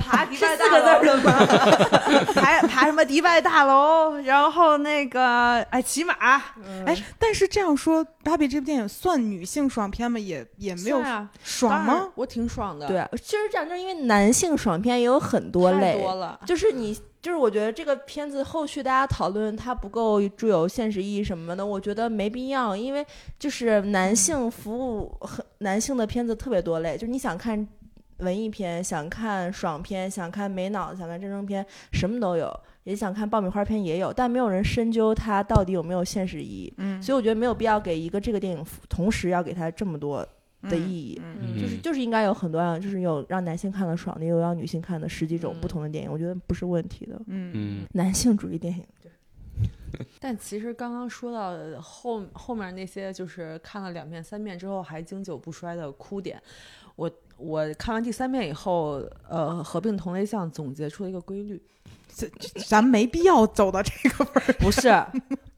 爬迪拜是四个大楼吗？爬爬什么迪拜大楼？然后那个哎，骑马，哎，但是这样说，《芭比》这部电影算女性爽片吗？也也没有算啊，爽当然吗？我挺爽的，，对，其实这样，就是因为男性爽片也有很多太类，多了。啊就是你，就是我觉得这个片子后续大家讨论它不够具有现实意义什么的，我觉得没必要，因为就是男性服务很男性的片子特别多类，就是你想看文艺片，想看爽片，想看没脑子，想看战争片，什么都有，也想看爆米花片也有，但没有人深究它到底有没有现实意义，嗯，所以我觉得没有必要给一个这个电影同时要给它这么多的意嗯义。嗯嗯就是就是应该有很多样，就是有让男性看了爽的，也有让女性看的十几种嗯不同的电影，我觉得不是问题的。嗯嗯，男性主义电影，但其实刚刚说到的后后面那些，就是看了两遍、三遍之后还经久不衰的哭点，我我看完第三遍以后，呃，合并同类项总结出了一个规律，咱没必要走到这个 份儿。不是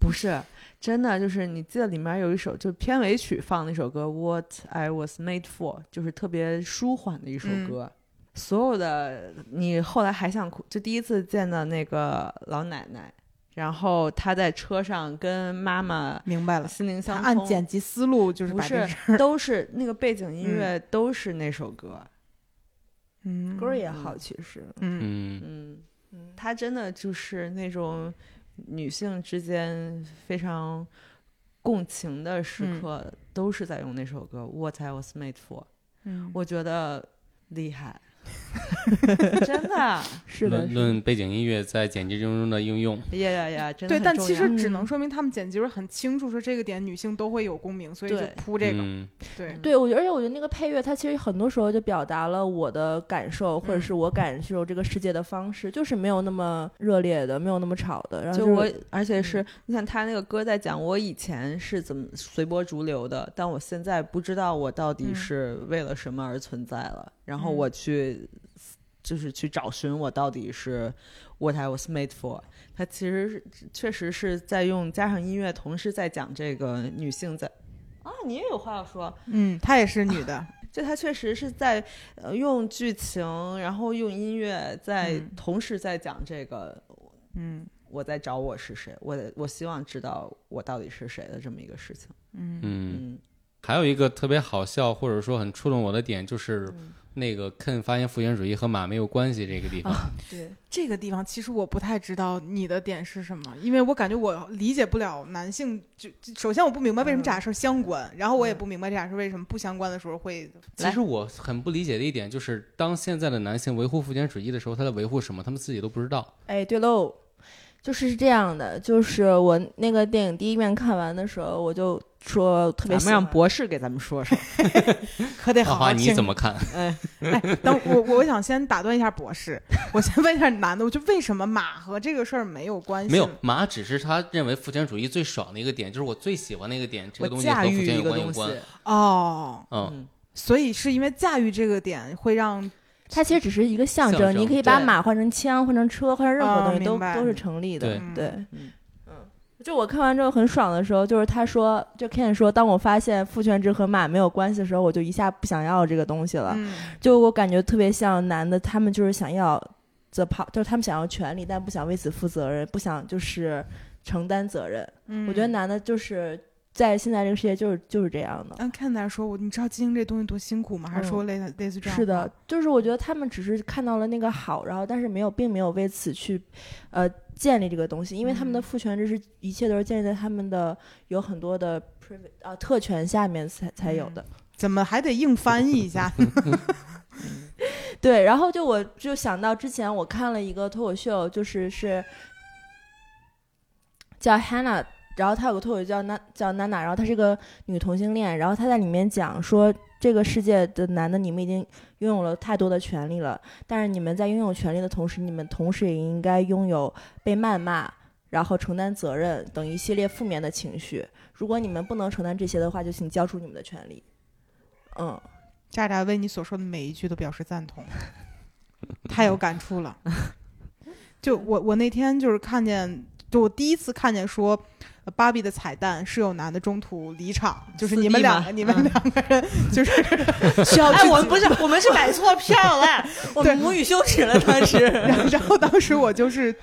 不是，真的就是你记得里面有一首，就是片尾曲放那首歌《What I Was Made For》，就是特别舒缓的一首嗯歌。所有的你后来还想哭，就第一次见到那个老奶奶，然后她在车上跟妈妈明白了，心灵相通，按剪辑思路就是不把这是事，都是那个背景嗯音乐，都是那首歌。嗯歌儿也好，其实，嗯嗯，嗯，嗯，她真的就是那种女性之间非常共情的时刻，都是在用那首歌《What I Was Made For》，嗯，我觉得厉害，真的， 是的论，论背景音乐在剪辑中的应用，呀呀呀，真的对，很但重其要实只嗯能说明他们剪辑时候很清楚，说这个点女性都会有共鸣，所以就对铺这个。嗯对嗯，对我觉得，而且我觉得那个配乐，它其实很多时候就表达了我的感受，或者嗯是我感受这个世界的方式，就是没有那么热烈的，没有那么吵的，然后啊就是嗯我，而且是你想他那个歌在讲我以前是怎么随波逐流的，但我现在不知道我到底嗯是为了什么而存在了。然后嗯我去，就是去找寻我到底是 what I was made for。他其实是确实是在用加上音乐，同时在讲这个女性在啊，你也有话要说。嗯，她也是女的，就他确实是在呃用剧情，然后用音乐在、嗯同时在讲这个嗯我在找我是谁，我得我希望知道我到底是谁的这么一个事情。嗯嗯。嗯还有一个特别好笑或者说很触动我的点，就是那个 Ken 发现父权主义和马没有关系这个地方。对，这个地方其实我不太知道你的点是什么，因为我感觉我理解不了男性就就首先我不明白为什么嗯这俩事儿相关，然后我也不明白这俩事儿为什么不相关的时候会其实我很不理解的一点就是，当现在的男性维护父权主义的时候，他在维护什么？他们自己都不知道。哎，对喽。就是是这样的，就是我那个电影第一面看完的时候，我就说特别咱喜们欢让。博士给咱们说说。可得花好花好你听。怎么看？哎，哎，等我我想先打断一下博士，我先问一下男的，我就为什么马和这个事儿没有关系？没有，马只是他认为父权主义最爽的一个点，就是我最喜欢的一个点，这我个东西和驾父驭权一有个关有东嗯西，关。哦，嗯，所以是因为驾驭这个点会让它其实只是一个象象征，征你可以把对马换成枪，换成车，换成任哦何东西都明白都是成立的对。嗯对，嗯嗯就我看完之后很爽的时候，就是他说，就 Ken 说，当我发现父权制和马没有关系的时候，我就一下不想要这个东西了。嗯就我感觉特别像男的，他们就是想要 the power，就是他们想要权利，但不想为此负责任，不想就是承担责任。嗯，我觉得男的就是在现在这个世界就是就是这样的。按看来说，我你知道经营这东西多辛苦吗？还是说类似类似这嗯样？是的，，就是我觉得他们只是看到了那个好，然后但是没有，并没有为此去，呃，建立这个东西，因为他们的嗯父权制是一切都是建立在他们的有很多的 privilege 啊特权下面才才有嗯的。怎么还得硬翻译一下？对，然后就我就想到之前我看了一个脱口秀，就是是叫 Hannah，然后她有个脱口秀叫娜叫娜娜，然后她是个女同性恋，然后她在里面讲说。这个世界的男的，你们已经拥有了太多的权利了，但是你们在拥有权利的同时，你们同时也应该拥有被谩骂，然后承担责任等一系列负面的情绪。如果你们不能承担这些的话，就请交出你们的权利。嗯，渣渣为你所说的每一句都表示赞同，太有感 触了。就我我那天就是看见，就我第一次看见说，呃芭比的彩蛋是有男的中途离场，就是四你们 D 两嘛个，你们嗯两个人就是需要哎，去我们不是，我们是买错票 了，我们母语羞耻了，当时。 然后然后当时我就是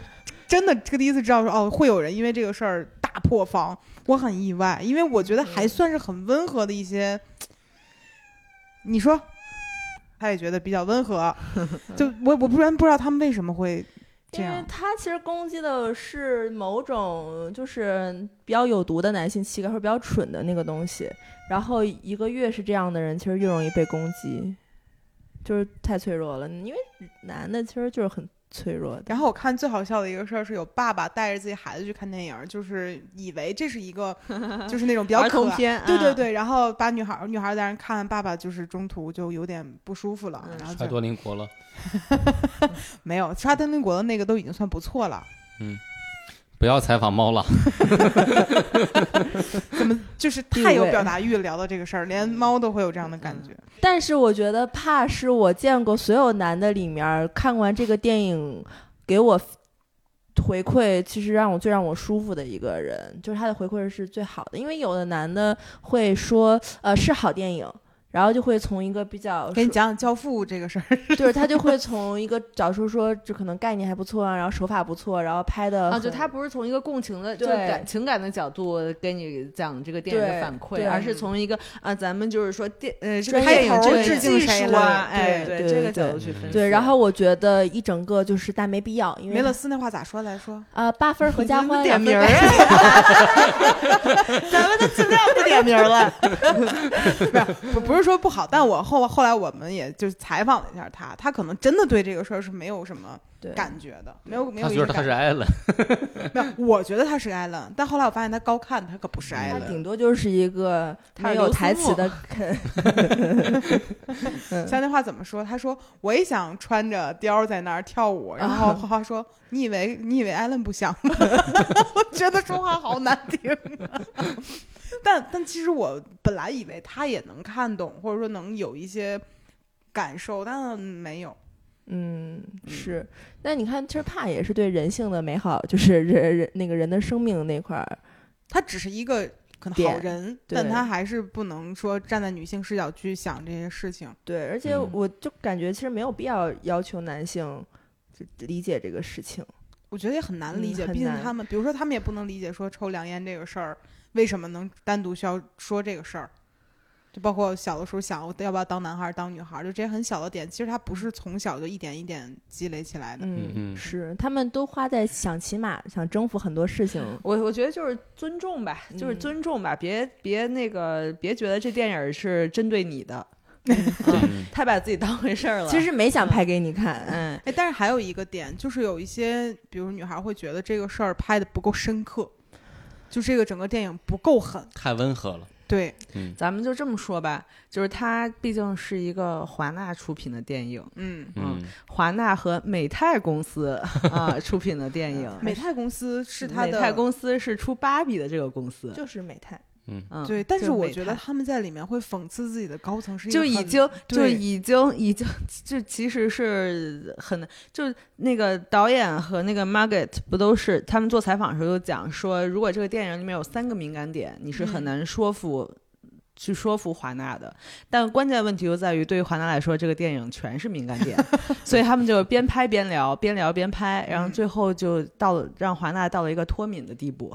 真的这个第一次知道说哦，会有人因为这个事儿大破防，我很意外，因为我觉得嗯还算是很温和的一些。你说，他也觉得比较 温和，就我我不然不知道他们为什么会 这因为样。他其实攻击的是某种就是比较有毒的男性气概，或者比较蠢的那个东西。然后一个越是这样的人，其实越容易被攻击，就是太脆弱了。因为男的其实就是很脆弱的。然后我看最好笑的一个事儿是有爸爸带着自己孩子去看电影儿，就是以为这是 一个就是那种比较儿可童爱。片，对对啊，对，然后把女孩儿女孩儿在那儿看，爸爸就是中途就有点不舒服了，嗯然后就太多邻国了。没有，沙登林国的那个都已经算不错了。不要采访猫了，怎么就是地太有 位表达欲？聊到这个事儿，连嗯猫都会有这样的感觉。但是我觉得怕是我见过所有男的里面儿看完这个电影给我 f- 回馈，其实让我最让我舒服的一个人，就是他的回馈是最好的。因为有的男的会说，呃，是好电影。然后就会从一个比 较，给你讲讲《教父》这 个事儿，就是他就会从一个找出说，这可能概念还不错啊，然后手法不错，然后拍的啊，就他不是从一个共情的，就对是感情感的角度给你讲这个电影的对反馈，对而是从一个啊，咱们就是说电呃这个专业电影头这个致敬技谁术了啊，哎，对对对这个对角度去分析。对。然后我觉得一整个就是但没必要，因嗯为梅勒斯那话咋说来说？呃八分儿合家你欢，点两分名儿儿啊！ 咱们都尽量不点名了，不不是说不好，但我后后来我们也就是采访了一下他，他可能真的对这个事儿是没有什么对感觉的，没有没有他一觉个得他感是觉。艾伦，没有，我觉得他是艾伦，但后来我发现他高看他可不嗯是艾他伦。顶多就是一个他没是有刘思台词慕的肯，嗯像那话怎么说？他说我也想穿着貂儿在那儿 跳舞，然后花花说你以为你以为艾伦不想吗？我觉得说话好难听、啊。 但但其实我本来以为他也能看懂，或者说能有一些感受，但没有。嗯，是。那你看，其实怕也是对人性的美好，就是人人那个人的生命那块儿，他只是一个可能好点人，对但他还是不能说站在女性视角去想这些事情。对。而且嗯我就感觉，其实没有必要要求男性就理解这个事情。我觉得也很难理嗯解，很毕竟难他们，比如说他们也不能理解说抽凉烟这个事儿为什么能单独需要说这个事儿，就包括小的时候想我要不要当男孩儿当女孩儿，就这些很小的点，其实他不是从小就一点一点积累起来的。嗯，嗯是。他们都花在想骑马、想征服很多事情。我我觉得就是尊重吧，就是嗯尊重吧，别别那个，别觉得这电影是针对你的，嗯太把自己当回事儿了。其，实没想拍给你看， 嗯，哎，但是还有一个点，就是有一些，比如女孩会觉得这个事儿拍的不够深刻，就这个整个电影不够狠。 太温和了。对，嗯咱们就这么说吧，就是它毕竟是一个华纳出品的电影，嗯，嗯，华纳和美泰公司啊、出品的电影。 美泰公司是它美的泰公司是出芭比的这个公司，就是美泰。嗯，对，但就是我美觉得泰他们在里面会讽刺自己的高层是一就个已很经就对已经已经就其实是很就那个导演和那个 Margaret 不都是他们做采访的时候就讲说，如果这个电影里面有三个敏感点，你是很嗯难说服。去说服华纳的，但关键问题就在于，对于华纳来说，这个电影全是敏感 点，所以他们就边拍边聊，边聊边拍，然后嗯最后就到了让华纳到了一个脱敏的地步，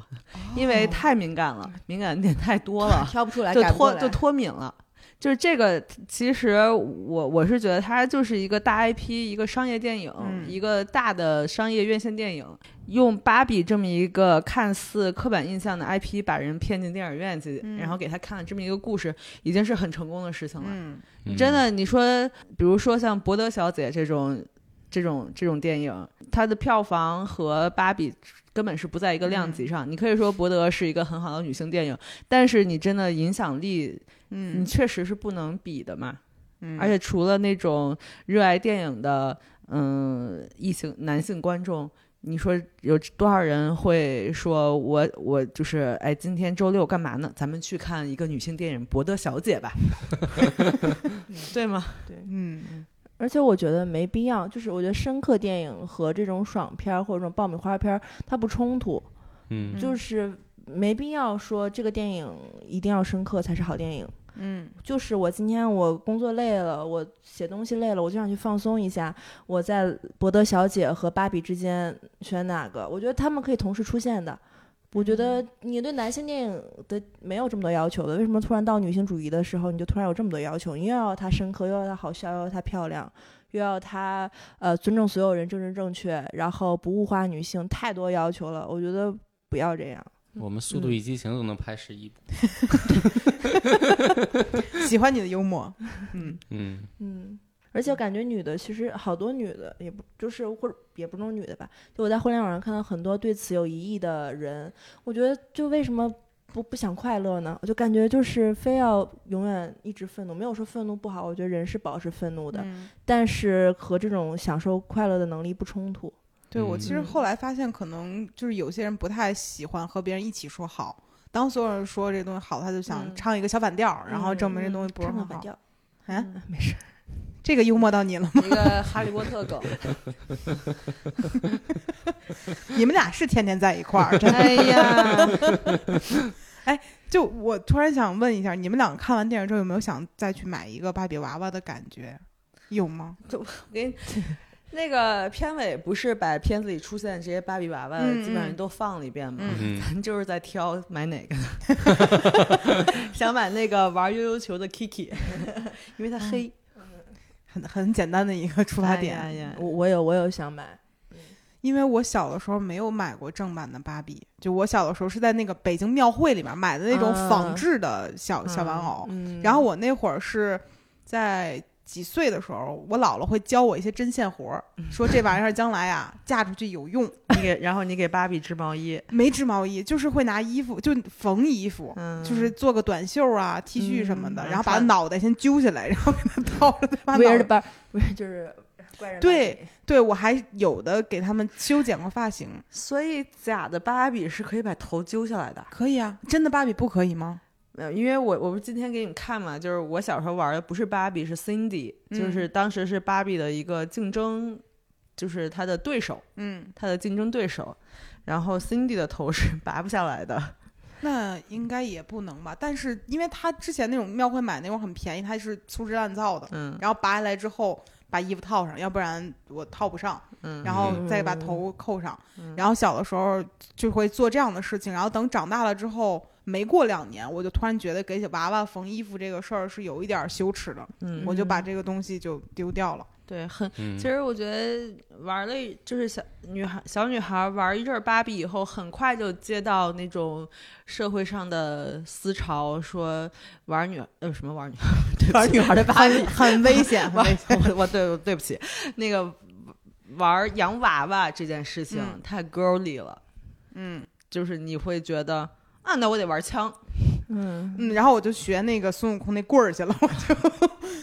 因为哦太敏感了，敏感点太多了，挑不出来，就改不过脱来就脱敏了。就是这个，其实我我是觉得它就是一个大 IP，一个商业电影，嗯一个大的商业院线电影，用芭比这么一个看似刻板印象的 IP 把人骗进电影院去，嗯然后给他看了这么一个故事，已经是很成功的事情了。嗯嗯真的，你说，比如说像《博德小姐》这种、这种、这种电影，它的票房和《芭比》根本是不在一个量嗯级上。你可以说《博德》是一个很好的女性电影，但是你真的影响力，你嗯确实是不能比的嘛。嗯，而且除了那种热爱电影的，嗯，异性男性观众。你说有多少人会说我我就是哎，今天周六干嘛呢？咱们去看一个女性电影《博德小 姐》吧， 对吗？嗯而且我觉得没必要，就是我觉得深刻电影和这种爽片儿或者这种爆米花片儿它不冲突，嗯就嗯是没必要说这个电影一定要深刻才是好电影。嗯就是我今天我工作累了，我写东西累了，我就想去放松一下。我在博德小姐和芭比之间选哪个？我觉得他们可以同时出现的。我觉得你对男性电影的没有这么多要求的，为什么突然到女性主义的时候，你就突然有这么多要求？你又要她深刻，又要她好笑，又要她漂亮，又要她呃尊重所有人，政治正确，然后不物化女性，太多要求了。我觉得不要这样。我们《速度与激情》都能拍十一部。嗯，喜欢你的幽默，嗯嗯嗯，而且我感觉女的其实好多女的也不就是或者也不是那种女的吧，就我在互联网上看到很多对此有疑义的人，我觉得就为什么不不想快乐呢？我就感觉就是非要永远一直愤怒，没有说愤怒不好，我觉得人是保持愤怒的，嗯但是和这种享受快乐的能力不冲突。对我其实嗯后来发现，可能就是有些人不太喜欢和别人一起说好。当所有人说这东西好，他就想嗯唱一个小反调，然后证明这嗯东西不是唱个很反好。调，哎嗯，没事儿。这个幽默到你了吗？一个哈利波特 梗。你们俩是天天在一块儿，真的。哎呀，就我突然想问一下，你们两个看完电影之后有没有想再去买一个芭比娃娃的感觉？有吗？给你 那个片尾不是把片子里出现的这些芭比娃娃嗯基本上都放了一遍吗？嗯 嗯，就是在挑买哪个， 想买那个玩悠悠球的 Kiki，因 为它黑。很很简单的一个出发嗯点，哎呀我我有我有想买，因为我小的时候没有买过正版的芭比，就我小的时候是在那个北京庙会里面买的那种啊仿制的小、小玩偶，嗯，哦然后我那会儿是在几岁的时候，我姥姥会教我一些针线活儿，说这玩意儿将来啊嫁出去有用。你给，然后你给芭比织毛衣，没织毛衣，就是会拿衣服就缝衣服。嗯，就是做个短袖啊、T 恤什么的，嗯然后把穿脑袋先揪下来，然后给它套了，再把围脑着 袋。班，围着就是怪人对芭比，对我还有的给他们修剪过发型，所以假的芭比是可以把头揪下来的。可以啊，真的芭比不可以吗？没有，因为我我不是今天给你们看嘛，就是我小时候玩的不是芭比，是 Cindy，、嗯就是当时是芭比的一个竞争，就是她的对手，嗯，她的竞争对手。然后 Cindy 的头是 拔不下来的，那应该也不能吧。但是因为他之前那种庙会买那种很便宜，它是粗制滥造的，嗯然后拔下来之后把衣服套上，要不然我套不上，嗯，然后再把头扣上。嗯然后小的时候就会做这样的事情，然后等长大了之后，没过两年，我就突然觉得给娃娃缝衣服这个事儿是有一点儿羞耻的，嗯我就把这个东西就丢掉了。对很。嗯其实我觉得玩了一，就是小女孩小女孩玩一阵儿芭比以后，很快就接到那种社会上的思潮，说玩女呃什么玩女， 对女孩的很很危 险，很危玩险。我我对我对不起，那个玩洋娃娃这件事情、嗯太 girly 了，嗯就是你会觉得啊，那我得玩枪，嗯，嗯，然后我就学那个孙悟空那棍儿去了，我就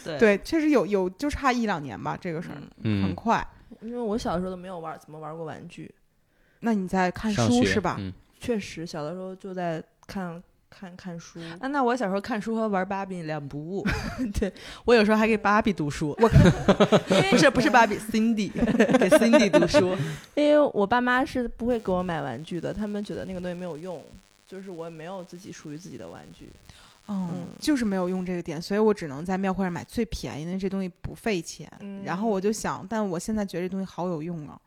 对对，确实有有就差一两年吧，这个事儿、嗯很嗯，快。因为我小时候都没有玩，怎么玩过玩具？那你在看上书学是吧？嗯，确实，小的时候就在看看看书。啊，那我小时候看书和玩芭比两不 误，对我有时候还给芭比读书， 我不是不是芭比，Cindy 给 Cindy 读书，因为我爸妈是不会给我买玩具的，他们觉得那个东西没有用，就是我没有自己属于自己的玩具。嗯，就是没有用这个点，所以我只能在庙会上买最便宜的，因为这东西不费钱。嗯然后我就想，但我现在觉得这东西好有用啊，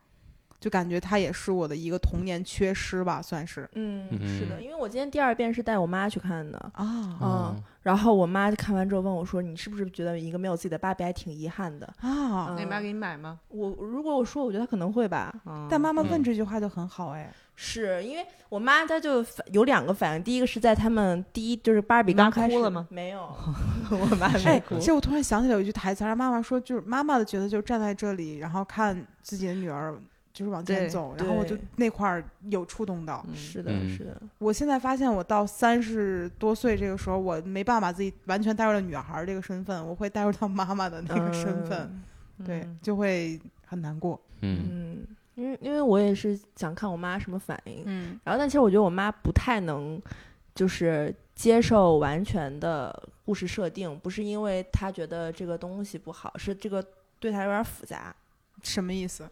就感觉它也是我的一个童年缺失吧，算是嗯，嗯是的，因为我今天第二遍是带我妈去看的，啊哦嗯，然后我妈看完之后问我说：“你是不是觉得一个没有自己的芭比还挺遗憾的啊！？”那嗯边给你买吗？我如果我说，我觉得她可能会吧。但妈妈嗯问这句话就很好嗯哎，是因为我妈她就反有两个反应，第一个是在他们第一就是芭比你妈刚开始哭了吗？没 有，我妈哎没哭，，这我突然想起来有一句台词儿，妈妈说就是妈妈的角色就是站在这里，然后看自己的女儿就是往前对走，然后我就对那块儿有触动到。嗯是的，嗯是的，我现在发现，我到三十多岁这个时候，我没办法自己完全带入到女孩儿这个身份，我会带入到妈妈的那个身份，嗯对，就会很难过。嗯嗯，嗯，因为因为我也是想看我妈什么反应，嗯然后但其实我觉得我妈不太能，就是接受完全的故事设定，不是因为她觉得这个东西不好，是这个对她有点复杂。什么意思？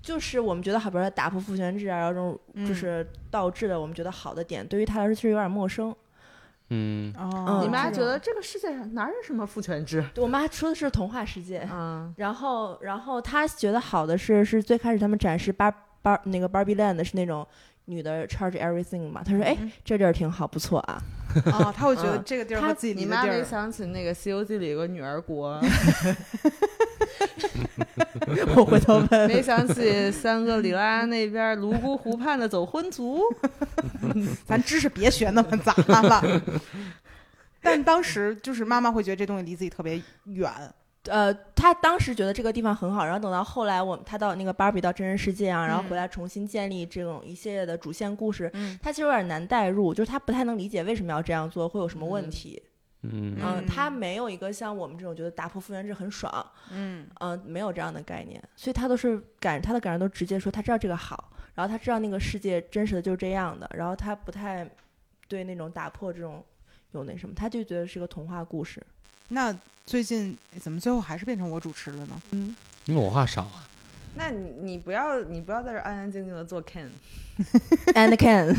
就是我们觉得好，比如说打破父权制啊，然后这种嗯就是倒置的，我们觉得好的点，对于她来说其实有点陌生。嗯哦，嗯你妈这觉种得这个世界上哪有什么父权制？对我妈说的是童话世界，嗯， 然后然后她觉得好的是是最开始他们展示芭芭那个 Barbie Land 是那种女的 charge everything 嘛，她说哎嗯这地儿挺好，不错啊。啊，她会觉得嗯这个地儿她和自己你离的妈地没儿，想起那个《西游记》里有个女儿 国，我回头问没想起三个里拉那边泸沽湖畔的走婚族。咱知识别学那么杂了。 但当时就是妈妈会觉得这东西离自己特别远，呃，他当时觉得这个地方很好，然后等到后来我他到那个芭比到真人世界啊，然后嗯回来重新建立这种一系列的主线故事，嗯他其实有点难代入，就是他不太能理解为什么要这样做，会有什么问题。嗯嗯，嗯他没有一个像我们这种觉得打破父权制很爽，嗯嗯、没有这样的概念，所以他都是感他的感受都直接说他知道这个好，然后他知道那个世界真实的就是这样的，然后他不太对那种打破这种有那什么，他就觉得是个童话故事。那最近哎怎么最后还是变成我主持了呢？嗯，因为我话少啊，那你你不要你不要在这儿安安静静的做 can， and can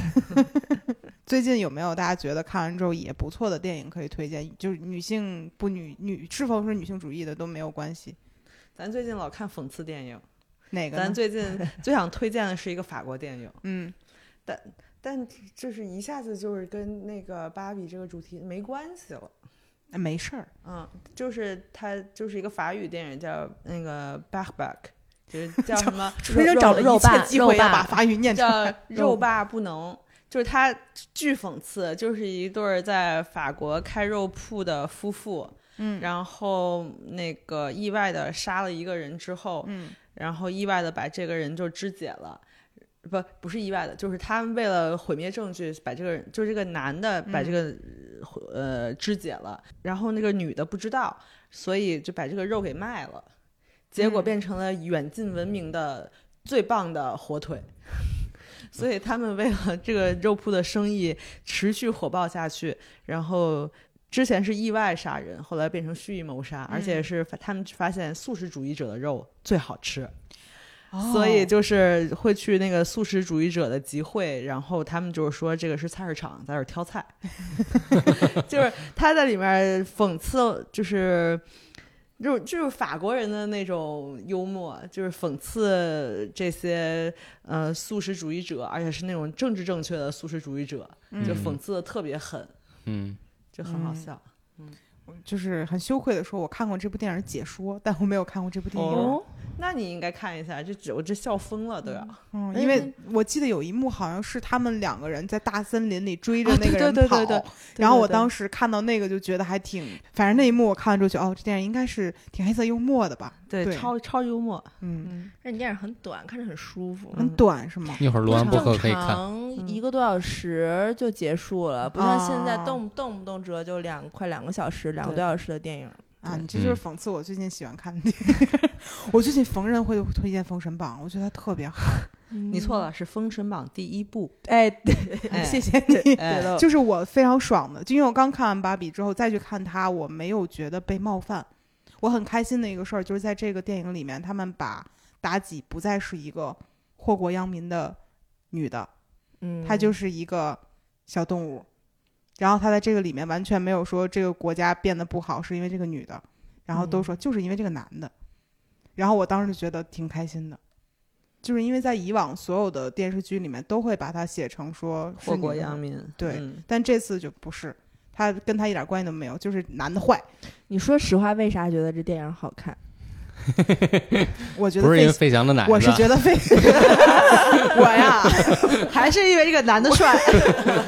最近有没有大家觉得看完之后也不错的电影可以推荐？就是女性不女女是否是女性主义的都没有关系。咱最近老看讽刺电影，哪个呢？咱最近 最想推荐的是一个法国电影，嗯 但就是一下子就是跟那个芭比这个主题没关系了。哎没事儿，嗯，就是它就是一个法语电影叫那个 b a c k b a c k 就是叫什 么人生找了肉一切霸机会肉要霸把法语念出来。叫肉霸不能，就是他巨讽刺，就是一对儿在法国开肉铺的夫妇，嗯然后那个意外的杀了一个人之后，嗯然后意外的把这个人就肢解了。不，不是意外的，就是他们为了毁灭证据，把这个人，就是这个男的把这个、呃肢解了，然后那个女的不知道，所以就把这个肉给卖了，结果嗯变成了远近闻名的最棒的火腿。 所以他们为了这个肉铺的生意持续火爆下去，然后之前是意外杀人，后来变成蓄意谋杀，而且是发他们发现素食主义者的肉最好吃，所以就是会去那个素食主义者的集会，然后他们就是说这个是菜市场，在这儿挑菜， 就是他在里面讽刺，就是。就是就是法国人的那种幽默，就是讽刺这些呃素食主义者，而且是那种政治正确的素食主义者，就讽刺的特别狠，嗯就很好嗯笑。就是很羞愧的说，我看过这部电影解说，但我没有看过这部电影。哦，那你应该看一下，这只我这笑疯了都要。嗯，哎因为那我记得有一幕好像是他们两个人在大森林里追着啊那个对人跑，对对对然后我对当时看到那个就觉得还挺，反正那一幕我看完之后觉得哦，这电影应该是挺黑色幽默的吧？对对超超幽默。嗯，嗯，那电影很短，看着很舒服。很短是吗？一嗯会儿录完播客可以看。正嗯常一个多小时就结束了，不像现在啊动动不动折就两快两个小时、两个对多小时的电影。啊，你这就是嗯讽刺我最近喜欢看的电影。 我最近逢人会推荐《封神榜》，我觉得它特别好。你错了，是《封神榜》第一部。嗯 哎，对哎谢谢你。哎的，就是我非常爽的，就因为我刚看完芭比之后再去看它，我没有觉得被冒犯，我很开心的一个事儿就是在这个电影里面，他们把妲己不再是一个祸国殃民的女的，嗯，它就是一个小动物，然后她在这个里面完全没有说这个国家变得不好是因为这个女的，然后嗯都说就是因为这个男的，然后我当时就觉得挺开心的。就是因为在以往所有的电视剧里面都会把它写成说是祸国女的殃民。对 嗯但这次就不是，他跟他一点关系都没有，就是男的坏。你说实话，为啥觉得这电影好看？我觉得不是因为费，费翔的奶子，我是觉 得费，我呀，还是因为这个男的 帅，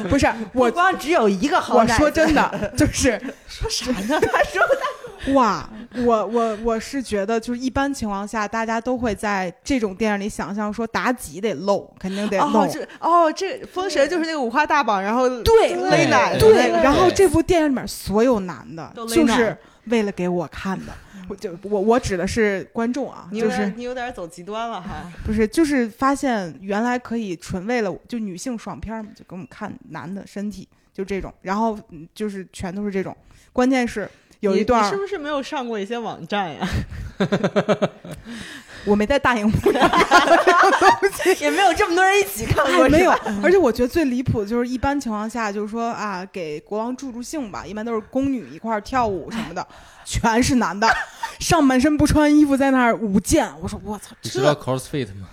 不是我。光只有一个我说 真的，就是说啥呢？他说 哇，我我我是觉得，就是一般情况下，大家都会在这种电影里想象说妲己得露，肯定得露哦，，这哦这《封神》就是那个五花大绑，然后对勒奶的对，那个然后这部电影里面所有男的都，勒就奶嗯是为了给我看的。我就我我指的是观众啊，你有就点是你有点走极端了 哈。不是就是发现原来可以纯为了就女性爽片儿嘛，就给我们看男的身体就这种，然后嗯就是全都是这种，关键是有你一段你是儿不是没有上过一些网 站呀？我没在大荧幕上 也没有这么多人一起看哎过，没是有吧，而且我觉得最离谱的就是一般情况下就是说啊给国王助助兴吧，一般都是宫女一块儿跳舞什么的，全是男的，上半身不穿衣服在那儿舞剑，我说我操，你知道这 CrossFit 吗？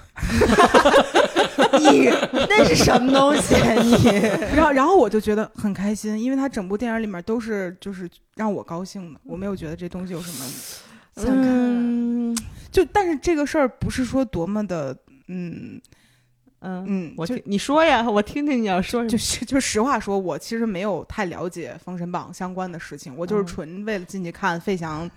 你那是什么东西？啊 你然后然后我就觉得很开心，因为他整部电影里面都是就是让我高兴的，我没有觉得这东西有什么。嗯就但是这个事儿不是说多么的，嗯嗯，嗯，我就听你说呀，我听听你要说什么。就是就实话说，我其实没有太了解《封神榜》相关的事情，我就是嗯纯为了进去看费翔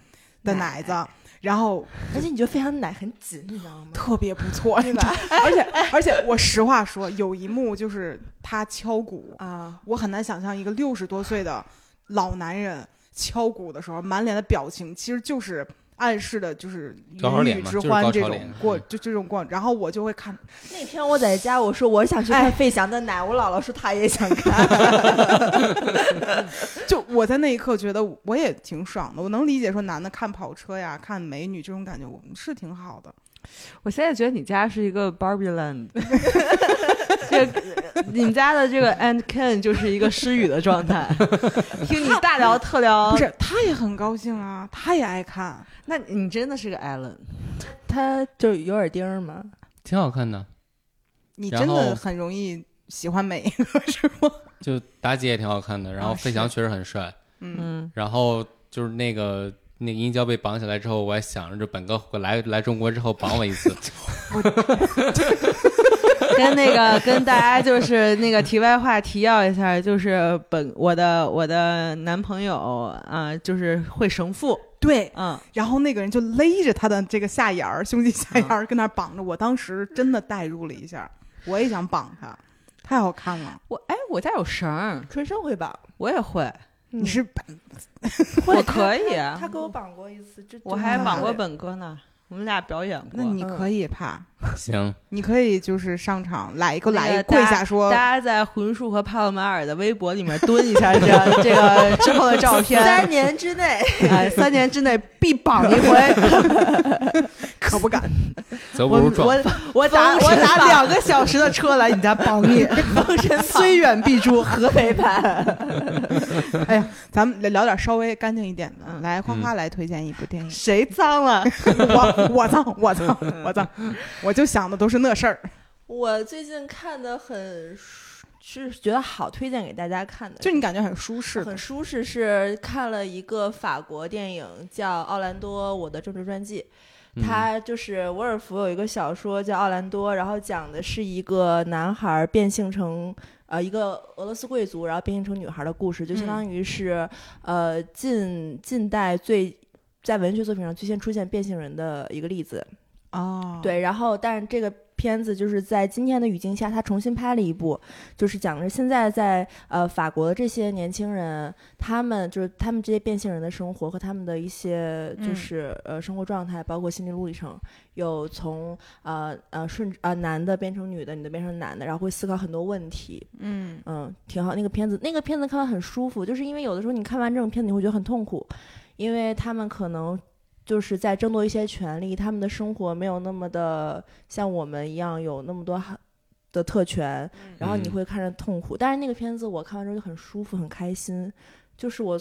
的奶奶子，然后而且你觉得费翔的奶很紧，你知道 吗？特别不错， 对吧？哎而且而且我实话说，有一幕就是他敲鼓，啊，我很难想象一个六十多岁的老男人敲鼓的时候，满脸的表情，其实就是暗示的，就是高潮云脸雨嘛之就是欢高这潮种脸过，嗯就这种过。然后我就会看，那天我在家，我说我想去看费翔的奶，我姥姥说她也想看。就我在那一刻觉得我也挺爽的，我能理解说男的看跑车呀、看美女这种感觉，我们是挺好的。我现在觉得你家是一个 Barbie Land，这个你们家的这个 And Ken 就是一个失语的状态， 听你大聊特聊。 不，是，他也很高兴啊，他也爱看。那你真的是个 Allen。他就有耳钉儿嘛，挺好看的，你然真的后很容易喜欢每一个，是吗？就妲己也挺好看的，然后啊费翔确实很帅， 嗯，嗯，然后就是那个。那个殷郊被绑起来之后，我还想着这本哥来来中国之后绑我一次，跟那个跟大家就是那个题外话提要一下，就是本我的我的男朋友啊、就是会神父，对。嗯，然后那个人就勒着他的这个下沿儿，胸肌下沿嗯儿，跟那儿绑着。我当时真的代入了一下，我也想绑他，太好看了。我哎我家有绳儿，春生会绑，我也会，嗯你是绑会我可以啊他他给啊我绑过一次，这我还真的绑过绑本哥呢，我们俩表演过。那嗯你可以怕，行，你可以就是上场来给我那来个一跪大下说大家在魂术和帕洛马尔的微博里面蹲一下这 这个之后的照片，三年之内，哎，三年之内必绑一回。可不 敢。责不我如我撞。我打封我神打榜两个小时的车来你家绑 你，封神虽远必诛。河北 版。哎呀，咱们聊聊点稍微干净一点的，嗯来花花来推荐一部电影。谁脏了？嗯我我脏我脏我脏，我就想的都是那事儿。我最近看的很舒，是觉得好推荐给大家看的，就你感觉很舒适的很舒适，是看了一个法国电影叫《奥兰多：我的政治传记》。嗯他就是伍尔夫有一个小说叫《奥兰多》，然后讲的是一个男孩变性成呃一个俄罗斯贵族，然后变性成女孩的故事，就相当于是、呃近近代最在文学作品上最先出现变性人的一个例子。哦，，对，然后但这个片子就是在今天的语境下，他重新拍了一部，就是讲的是现在在呃法国的这些年轻人，他们就是他们这些变性人的生活和他们的一些就嗯是、呃生活状态，包括心理路历程，有从呃呃顺呃男的变成女的，女的变成男的，然后会思考很多问题，嗯嗯，挺好。那个片子，那个片子看完很舒服，就是因为有的时候你看完这种片子，你会觉得很痛苦，因为他们可能就是在争夺一些权利，他们的生活没有那么的像我们一样有那么多哈的特权，然后你嗯会看着痛苦。但是那个片子我看完之后就很舒服，很开心。就是我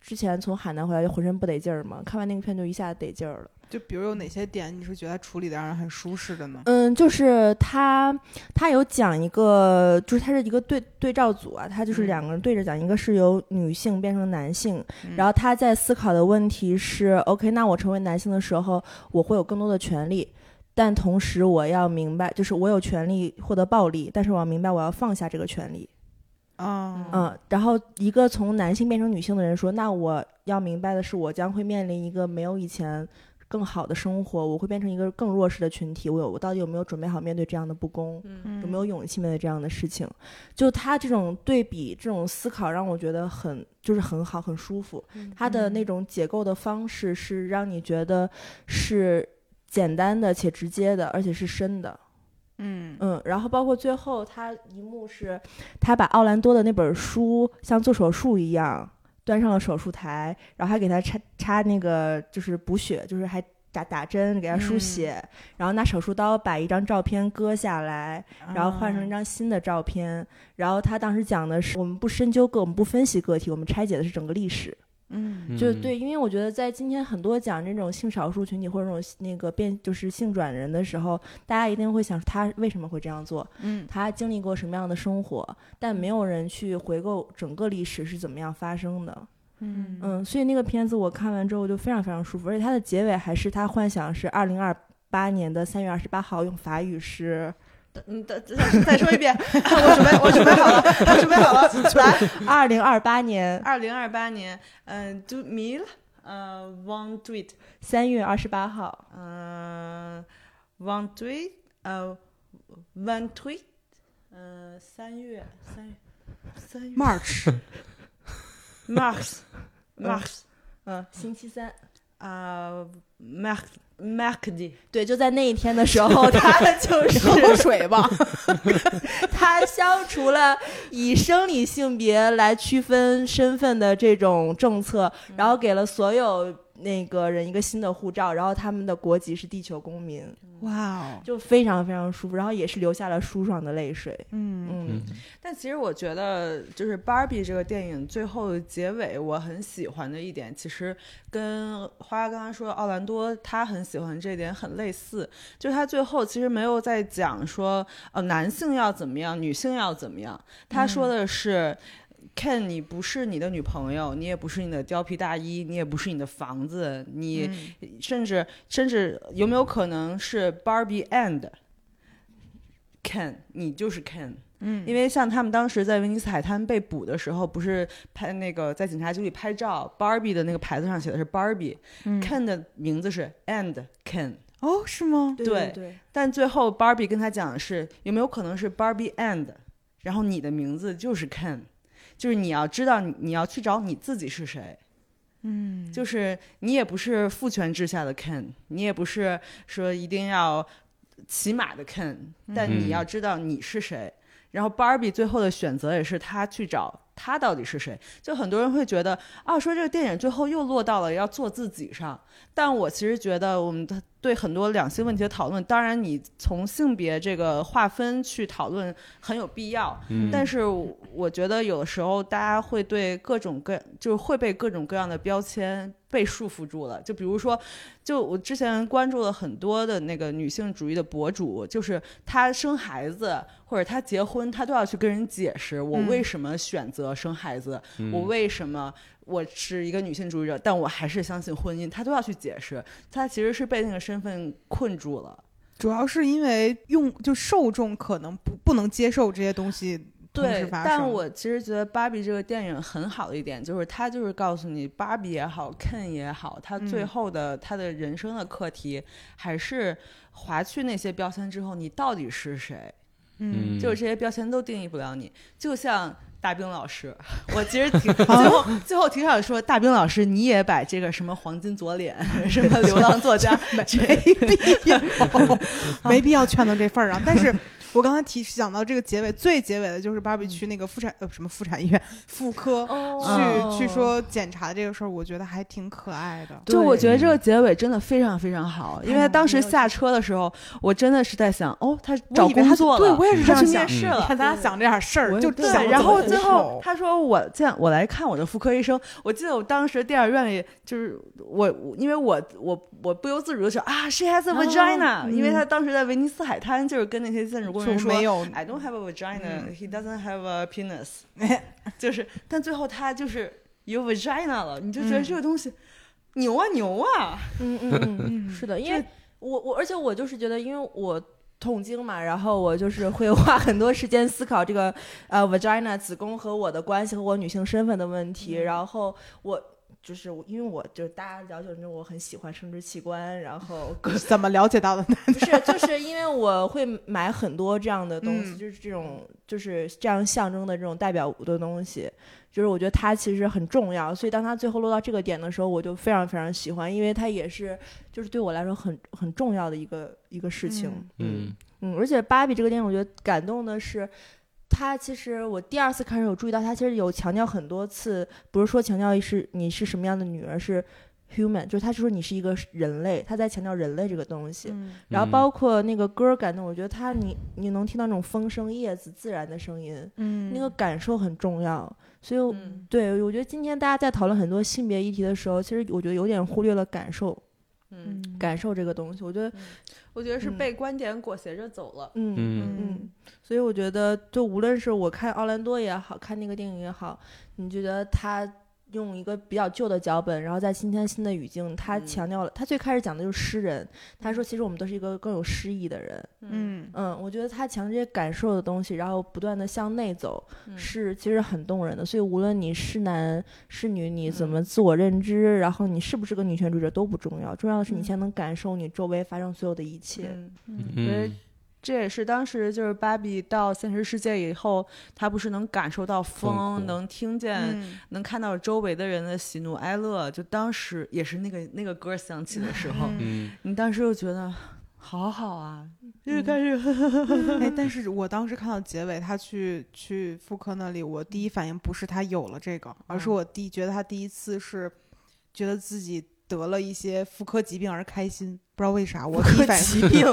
之前从海南回来就浑身不得劲儿嘛，看完那个片就一下得劲儿了。就比如有哪些点你是觉得处理的让人很舒适的呢？嗯，就是他，他有讲一个，就是他是一个对对照组啊，他就是嗯两个人对着讲，一个是由女性变成男性，嗯然后他在思考的问题是，OK，那我成为男性的时候，我会有更多的权利，但同时我要明白，就是我有权利获得暴力，但是我要明白我要放下这个权利。啊，嗯，然后一个从男性变成女性的人说，那我要明白的是，我将会面临一个没有以前更好的生活，我会变成一个更弱势的群体。我有，我到底有没有准备好面对这样的不公？嗯有没有勇气面对这样的事情？就他这种对比、这种思考，让我觉得很就是很好、很舒服。他的那种解构的方式是让你觉得是简单的且直接的，而且是深的。嗯嗯，然后包括最后他一幕是，他把奥兰多的那本书像做手术一样端上了手术台，然后还给他插插那个就是补血，就是还打打针给他输嗯血，然后拿手术刀把一张照片割下来，然后换成一啊张新的照片。然后他当时讲的是，我们不深究个，我们不分析个体，我们拆解的是整个历史。嗯就是对，因为我觉得在今天很多讲这种性少数群体或者这种那个变就是性转人的时候，大家一定会想他为什么会这样做，嗯他经历过什么样的生活，但没有人去回顾整个历史是怎么样发生的。嗯嗯，所以那个片子我看完之后就非常非常舒服，而且它的结尾还是他幻想是二零二八年的三月二十八号用法语诗。嗯，再再再说一遍，我准备我准备好了，我准备好了，来，二零二八年二零二八年，嗯、d o me 了，呃，one do it，三月二十八号，嗯、o n e do it，呃，one do it，嗯、三月三月三月嗯 ，March， ，Mars，Mars，嗯，星期三。啊，Mark Markdy，对，就在那一天的时候，他就是喝口水吧。 他消除了以生理性别来区分身份的这种政策，然后给了所有那个人一个新的护照，然后他们的国籍是地球公民，哇哦，就非常非常舒服，然后也是流下了舒爽的泪水。嗯嗯，但其实我觉得，就是《芭比》这个电影最后的结尾，我很喜欢的一点，其实跟花花刚刚说的奥兰多他很喜欢这一点很类似，就是他最后其实没有在讲说，呃，男性要怎么样，女性要怎么样，他说的是。Ken，你不是你的女朋友，你也不是你的貂皮大衣，你也不是你的房子，你嗯甚至甚至有没有可能是 Barbie and Ken？你就是 Ken，嗯因为像他们当时在威尼斯海滩被捕的时候，不是拍那个在警察局里拍照，Barbie 的那个牌子上写的是 Barbie，Ken、Ken 的名字是 And Ken，哦，是吗？对对对，但最后 Barbie 跟他讲的是有没有可能是 Barbie And，然后你的名字就是 Ken，就是你要知道你你要去找你自己是谁。嗯，就是你也不是父权制下的 Ken，你也不是说一定要骑马的 Ken，但嗯你要知道你是谁。然后 Barbie 最后的选择也是他去找他到底是谁。就很多人会觉得啊，说这个电影最后又落到了要做自己上，但我其实觉得我们的对很多两性问题的讨论，当然你从性别这个划分去讨论很有必要，嗯但是我我觉得有的时候大家会对各种各就是会被各种各样的标签被束缚住了。就比如说，就我之前关注了很多的那个女性主义的博主，就是她生孩子或者她结婚，她都要去跟人解释我嗯为什么选择生孩子，嗯我为什么我是一个女性主义者，但我还是相信婚姻，她都要去解释。她其实是被那个身份困住了。主要是因为用就受众可能不不能接受这些东西同时对，发生。但我其实觉得《芭比》这个电影很好的一点就是，它就是告诉你，芭比也好，Ken 也好，他最嗯后的、他的人生的课题还是划去那些标签之后，你到底是谁？嗯，就是这些标签都定义不了你。就像大兵老师， 我其实 挺最后最后挺想说，大兵老师你也把这个什么黄金左脸、 什么流浪作家 没这没必要，没必要劝到这份儿 上。但是我刚才提想到这个结尾，最结尾的就是芭比去那个妇产呃什么妇产医院妇科哦去去说检查这个事儿，我觉得还挺可爱的。就我觉得这对个结尾真的非常非常好，因为哎呀他当没时有下车的时候，我真的是在想，哦，他我找以为工他作了，对我也是这他样去想面。试嗯了。看咱俩想这点事我儿，也就对想对，然后怎么最回后头他说我见我来看我的妇科医生，我记得我当时电影院里就是我，我因为我我我不由自主的想啊，she has a 啊 vagina，、嗯因为他当时在威尼斯海滩就是跟那些建筑工人就哎说没有 I don't have a vagina,、嗯 he doesn't have a penis，就是但最后他就是有 vagina 了，你就觉得嗯这个东西、牛啊牛啊，嗯嗯嗯，嗯是的，因为我我而且我就是觉得，因为我痛经嘛，然后我就是会花很多时间思考这个呃 vagina 子宫和我的关系和我女性身份的问题，然后我。就是我因为我就是大家了解中我很喜欢生殖器官，然后 怎么了解到的呢？ 不是就是因为我会买很多这样的东西，嗯就是这种就是这样象征的这种代表物的东西，就是我觉得它其实很重要，所以当它最后落到这个点的时候，我就非常非常喜欢，因为它也是就是对我来说很很重要的一个一个事情。嗯嗯嗯，而且《芭比》这个电影，我觉得感动的是，它其实我第二次看的时候有注意到，它其实有强调很多次，不是说强调是你是什么样的女儿，是 human，就是他是说你是一个人类，他在强调人类这个东西。然后包括那个歌感动，我觉得它你你能听到那种风声、叶子自然的声音，嗯那个感受很重要。所以我，嗯对我觉得今天大家在讨论很多性别议题的时候，其实我觉得有点忽略了感受，嗯，感受这个东西。我觉得，我觉得是嗯被观点裹挟着走了。嗯嗯嗯，所以我觉得，就无论是我看奥兰多也好看那个电影也好，你觉得他用一个比较旧的脚本，然后在今天新的语境，他嗯强调了，他最开始讲的就是诗人，他说其实我们都是一个更有诗意的人。嗯嗯，我觉得他强调这些感受的东西，然后不断的向内走，嗯是其实很动人的。所以无论你是男是女，你怎嗯么自我认知，然后你是不是个女权主义者都不重要，重要的是你嗯先能感受你周围发生所有的一切。嗯嗯觉得这也是当时就是芭比到现实世界以后，她不是能感受到痛风，苦能听见、嗯能看到周围的人的喜怒哀乐。就当时也是那个那个歌响起的时候，嗯你当时就觉得好好啊，就是开始呵呵哎，但是我当时看到结尾，他去去妇科那里，我第一反应不是他有了这个，而是嗯我第觉得他第一次是觉得自己得了一些妇科疾病而开心，不知道为啥。我第一反应病，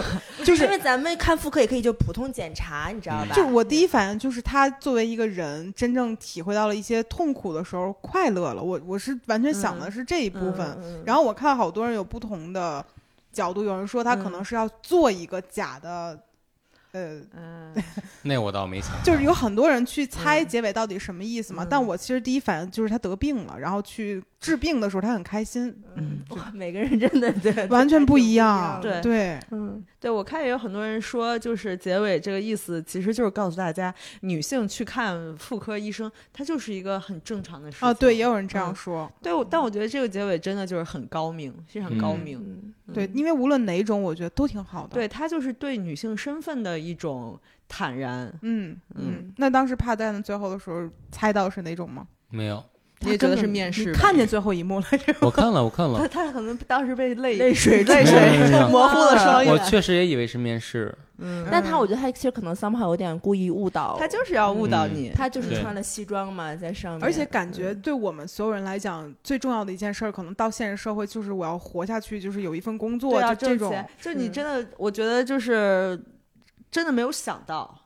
就因是为咱们看妇科也可以就普通检查，你知道吧？嗯嗯就是我第一反应就是他作为一个人真正体会到了一些痛苦的时候快乐了。我我是完全想的是这一部嗯分，嗯然后我看好多人有不同的角度，有人说他可能是要做一个假的，呃，嗯，那我倒没想，就是有很多人去猜结尾到底什么意思嘛，嗯但我其实第一反应就是他得病了，然后去治病的时候他很开心，嗯 哇每个人真的对 完全不一样样。对对，嗯，对我看也有很多人说，就是结尾这个意思，其实就是告诉大家，女性去看妇科医生，它就是一个很正常的事情。啊，对，也有人这样嗯说，对，我但我觉得这个结尾真的就是很高明，非常高嗯明。嗯对嗯，因为无论哪种，我觉得都挺好的。对，他就是对女性身份的一种坦然。嗯嗯嗯，那当时帕蛋的最后的时候猜到是哪种吗？没有，你也觉得是面试你吧嗯看见最后一幕了，我看了，我看了他，他可能当时被泪泪水泪没有 没有没水有模糊了双我眼。确实也以为是面试，嗯，但他我觉得他其实可能 somehow 有点故意误导，他就是要误导嗯你。他就是对穿了西装嘛，在上面，嗯而且感觉嗯对我们所有人来讲，最重要的一件事儿，可能到现实社会就是我要活下去，就是有一份工作，对啊，就这挣种钱，就你嗯真的，我觉得就是真的没有想到，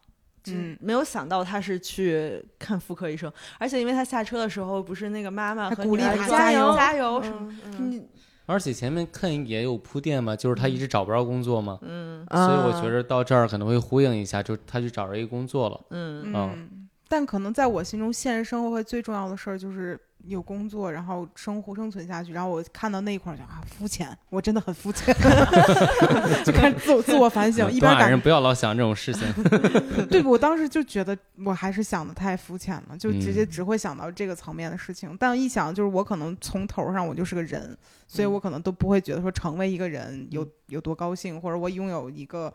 嗯，没有想到他是去看妇科医生，而且因为他下车的时候，不是那个妈妈还和鼓励女儿他加加油油加油什么，嗯你而且前面 Ken 也有铺垫嘛，就是他一直找不着工作嘛，嗯所以我啊觉得到这儿可能会呼应一下，就是他去找着一个工作了。嗯嗯，但可能在我心中，现实生活会最重要的事儿就是有工作，然后生活生存下去。然后我看到那一块儿就啊，肤浅，我真的很 肤浅， 就开始自我自我 反省，一东边亚感嗯人不要老想这种事情。嗯对，我当时就觉得我还是想的太肤浅了，就直接嗯只会想到这个层面的事情。但一想，就是我可能从头上我就是个人，所以嗯我可能都不会觉得说成为一个人有有多高兴，或者我拥有一个，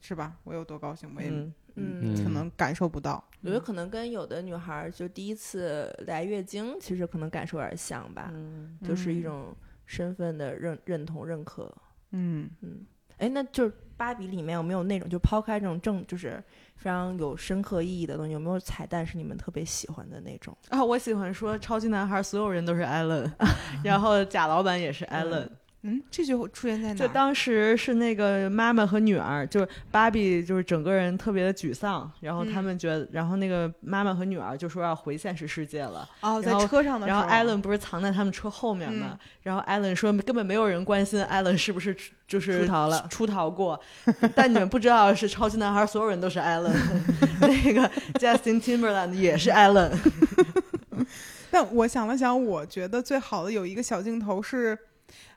是吧？我有多高兴，我也嗯嗯，嗯，可能感受不到。我觉得可能跟有的女孩儿就第一次来月经，其实可能感受有点像吧，嗯，就是一嗯种身份的认认同、认可。嗯嗯，哎，那就是芭比里面有没有那种就抛开这种正就是非常有深刻意义的东西，有没有彩蛋是你们特别喜欢的那种？啊，我喜欢说超级男孩，所有人都是艾 伦，然后贾老板也是艾伦，嗯，这句出现在哪就儿？当时是那个妈妈和女儿，就是芭比，就是整个人特别的沮丧，然后嗯他们觉得，然后那个妈妈和女儿就说要回现实世界了，哦，在然后车上的时然候，后嗯艾伦不是藏在他们车后面嘛，然后艾伦说根本没有人关心艾伦是不是出就是出逃了出逃过，但你们不知道是超级男孩，所有人都是艾 伦，那个 Justin Timberland 也是艾伦，但我想了想，我觉得最好的有一个小镜头是，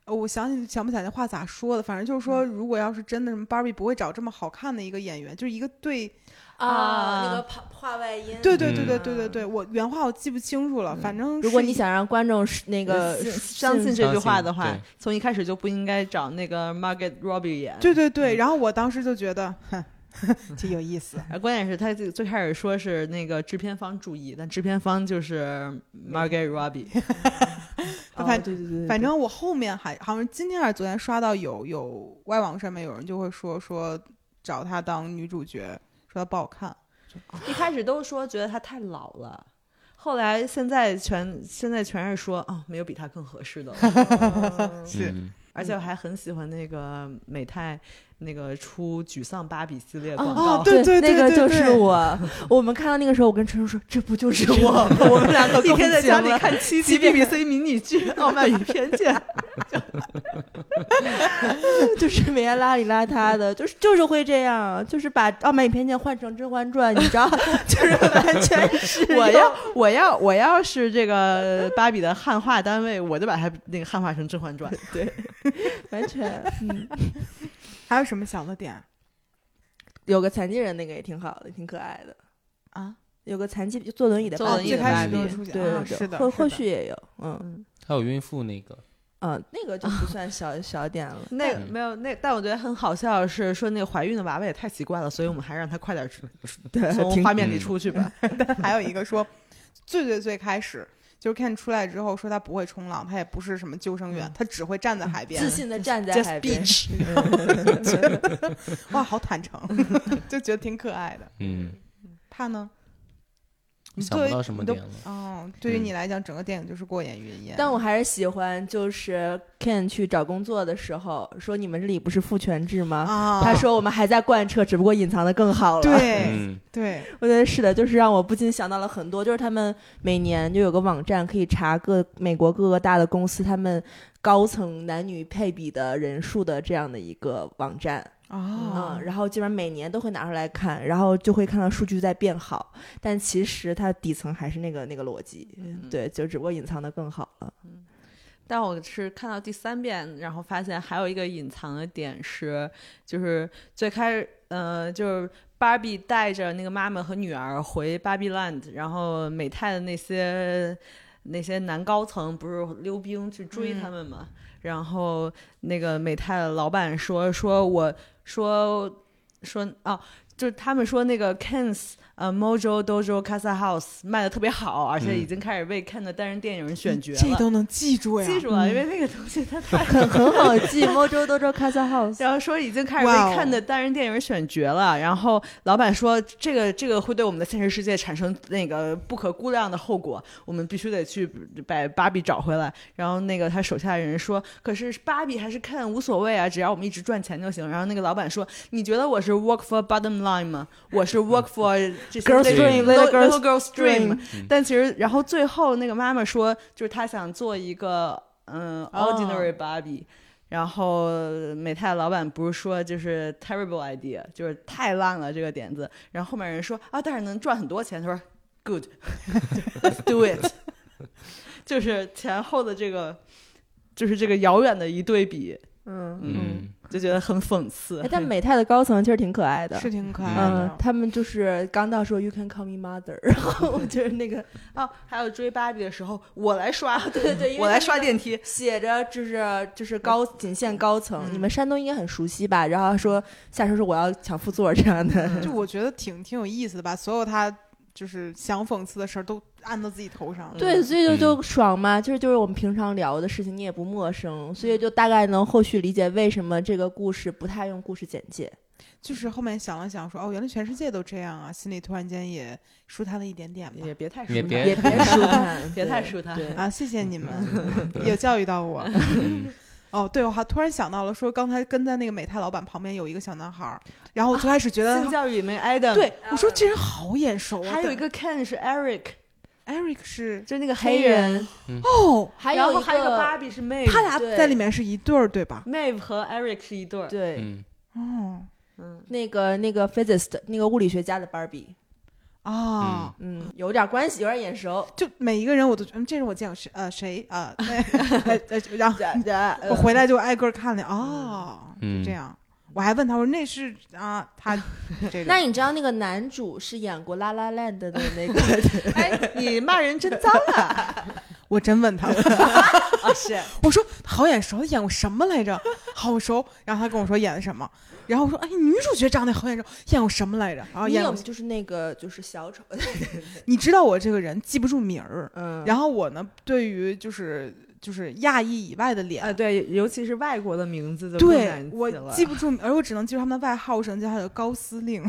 呃我想起想不起来那话咋说的，反正就是嗯说，如果要是真的什么芭比不会找这么好看的一个演员，就是一个对，啊那个话话外音。对对对对嗯对对对，我原话我记不清楚了，反正如果是你一呃想让观众是那个信是相信这句话的话对，从一开始就不应该找那个 Margaret Robbie 演。对对嗯对，然后我当时就觉得，哼，这有意思，而关键是他最最开始说是那个制片方注意，但制片方就是 Margaret Robbie。哦反对对对对反对正我后面还好像今天还是昨天刷到有有外网上面有人就会说说找她当女主角，说她不好看，一开始都说觉得他太老了，后来现在全现在全是说啊、没有比他更合适的 了。是嗯而且我还很喜欢那个美泰那个出沮丧芭比系列哦广哦告，对对那个对就是对我。我们看到那个时候，我跟陈叔说，这不就是我吗？我们两个 一天在家里共情了看七集 BBC 迷你剧《傲慢与偏见》。 就是 每天邋里邋遢的，就是就是会这样，就是把《傲慢与偏见》换成《甄嬛传》，你知道， 就是完全是 我要我要我要是这个芭比的汉化单位，我就把它那个汉化成《甄嬛传》。对，完全嗯，还有什么小的点有个残疾人那个也挺好的，挺可爱的。啊？有个残疾坐轮椅的坐芭轮比，椅最的开芭始比就是对出现，对啊对是的，或是的或许也有，嗯还有孕妇那个，啊，那个就不算 小小点了。 那个嗯没有那，但我觉得很好笑的是说那个怀孕的娃娃也太奇怪了，所以我们还让她快点出对从挺画面里出去吧。还有一个说，最最最开始就是 Ken 出来之后说他不会冲浪，他也不是什么救生员，他只会站在海嗯边自。信的站在 Just 海边，哇，好坦诚，就觉得挺可爱的。嗯，他呢？我你想作不为到什么你都点了。哦，对于嗯你来讲，整个电影就是过眼云烟。 但我还是喜欢，就是 Ken 去找工作的时候说：“你们这里不是父权制吗？”啊，他说：“我们还在贯彻，只不过隐藏的更好了。”对嗯，对， 我觉得是的，就是让我不禁想到了很多，就是他们每年就有个网站可以查各美国各个大的公司他们高层男女配比的人数的这样的一个网站，哦嗯，，然后基本上每年都会拿出来看，然后就会看到数据在变好，但其实它底层还是那个那个逻辑，对，就只不过隐藏的更好了。但我是看到第三遍，然后发现还有一个隐藏的点是，就是最开始，呃，就是芭比带着那个妈妈和女儿回芭比 land，然后美泰的那些那些男高层不是溜冰去追他们嘛，然后那个美泰的老板说说我说说哦。就是他们说那个 Ken's 呃 Mojo Dojo Casa House 卖的特别好，而且已经开始为 Ken 的单人电影选角了。这都能记住呀，记住啊了，因为那个东西它太。 很很好记，欧洲都州 Casa House，然后说已经开始为哇哦看的单人电影选角了，然后老板说这个这个会对我们的现实世界产生那个不可估量的后果，我们必须得去把芭比找回来。然后那个他手下人说，可是芭比还是看无所谓啊，只要我们一直赚钱就行。然后那个老板说，你觉得我是 work for bottom line 嘛，我是 work for 这些 Girls dream, little little girls little girls dream， dream 嗯但其实然后最后那个妈妈说，就是她想做一个嗯哦 ordinary Barbie。然后美泰老板不是说就是 terrible idea，就是太烂了这个点子。然后后面人说啊，但是能赚很多钱。他说 good，let's do it。就是前后的这个，就是这个遥远的一对比，嗯，嗯嗯，就觉得很讽刺。哎，但美泰的高层其实挺可爱的。是挺可爱嗯的，。他们就是刚到说 “You can call me mother”，然后就是那个哦，还有追芭比的时候，我来刷，对对，因为我来他刷那个电梯。写着就是就是高仅限高层，嗯你们山东应该很熟悉吧？然后说下车说我要抢副座这样嗯的，就我觉得挺挺有意思的吧，所有他就是想讽刺的事儿都按到自己头上了。对，所以就嗯就爽嘛，就是就是我们平常聊的事情，你也不陌生，所以就大概能后续理解为什么这个故事不太用故事简介。就是后面想了想说，哦，原来全世界都这样啊，心里突然间也舒坦了一点点吧。别太也 别也别舒坦，别对太舒坦对，啊，谢谢你们，有教育到我。嗯哦，对，我还突然想到了，说刚才跟在那个美泰老板旁边有一个小男孩儿，然后我最开始 觉得，性教育里面 Adam，对，我说这人好眼熟啊。还有一个 Ken 是 Eric， Eric 是就那个黑人，人，哦，还然有后一还有一个芭比是 Maeve，他俩对在里面是一对儿，对吧？ Maeve 和 Eric 是一对儿。对嗯，哦 嗯，那个那个 physicist 那个物理学家的 Barbie，啊。嗯，有点关系，有点眼熟。就每一个人我都觉得，嗯，这是我见过谁呃谁啊、呃呃呃然后 呃我回来就挨个儿看了，哦，嗯这样，我还问他我说那是啊，他这那 个你知道那个男主是演过《拉拉 land》的那个？哎，你骂人真脏 啊！我真问他，啊是， 我说好眼熟，演过什么来着？好熟，然后他跟我说演的什么，然后我说哎，女主角长得好眼熟，演过什么来着？然后你演有过，就是那个就是小 丑，你知道我这个人记不住名儿，嗯，然后我呢，对于就是就是亚裔以外的脸啊对，尤其是外国的名字就更呃对难我了记不住，而我只能记住他们的外号，我只能叫他有高司令。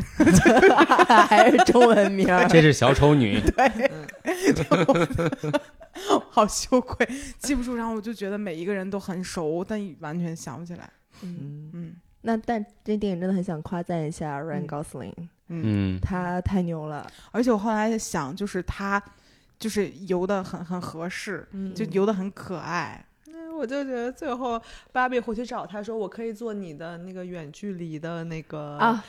还是中文名儿。这是小丑女，好羞愧，记不住。然后我就觉得每一个人都很熟，但完全想不起来。嗯，嗯那但这电影真的很想夸赞一下 Ryan Gosling，嗯，嗯，他太牛了。而且我后来想，就是他，就是游的很很合适，嗯就游的很可爱。 嗯我就觉得最后芭比回去找他说：“我可以做你的那个远距离的那个啊，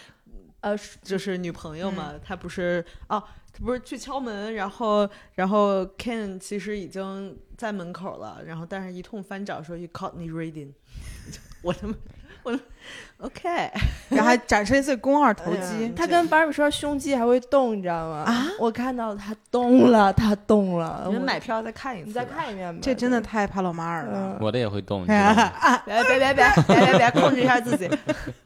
呃，就是女朋友嘛，她不是哦，她不是去敲门，然后然后 Ken 其实已经在门口了，然后但是一通翻找说 You caught me reading，我他妈我他妈 OK，然后还展示了自己肱二头哎呀肌，嗯他跟 Barbie 说胸肌还会动，你知道吗？啊，我看到他动了，他动了。你我们买票再看一次，你再，看一遍吧。嗯这真的太帕洛马尔了。我的也会动，你知道 吗？ 啊别别别别别别别控制一下自 己，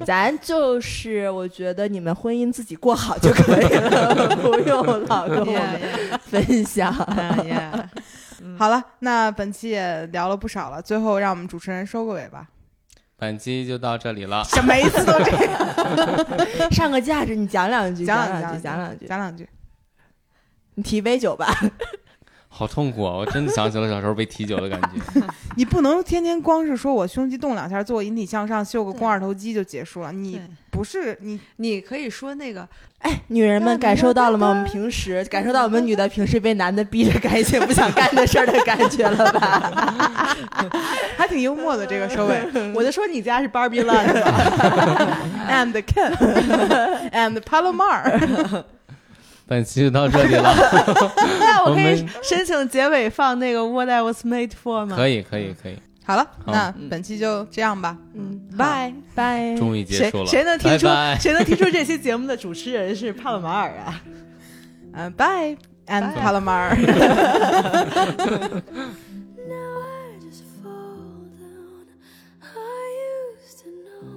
咱就是，我觉得你们婚姻自己过好就可以了，不用老跟我们分享。好了，那本期也聊了不少了，最后让我们主持人收个尾吧。本期就到这里了，什每一次都这样，上个价值，你讲两句，讲两两句，句讲两句。讲两句。你提杯酒吧，好痛苦啊！我真的想起了小时候被提酒的感觉。你不能天天光是说我胸肌动两下，做引体向上，秀个肱二头肌就结束了。你对不是你你可以说那 个哎女人们感受到了吗？我们平时感受到我们女的平时被男的逼着干一些不想干的事儿的感觉了吧？还挺幽默的这个收 尾。我就说你家是 Barbie Land 吧 and Ken and Palomar， 本期就到这里了，那我可以我们申请结尾放那个 What I Was Made For 吗？可以，可以，可以，好了，好那本期就这样吧，嗯，拜。拜。终于结谁束了。谁能听出拜拜谁能听出这期节目的主持人是帕洛马尔啊？嗯，bye and Palomar。 Now I just fall down. I used to know,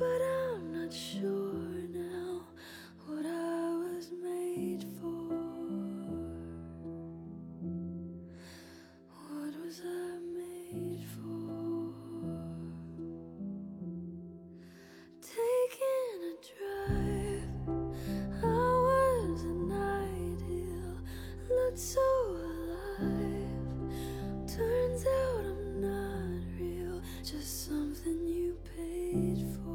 but I'm not sure now what I was made for. What was I made for? Taking a drive, I was an ideal, looked so alive. Turns out I'm not real, just something you paid for.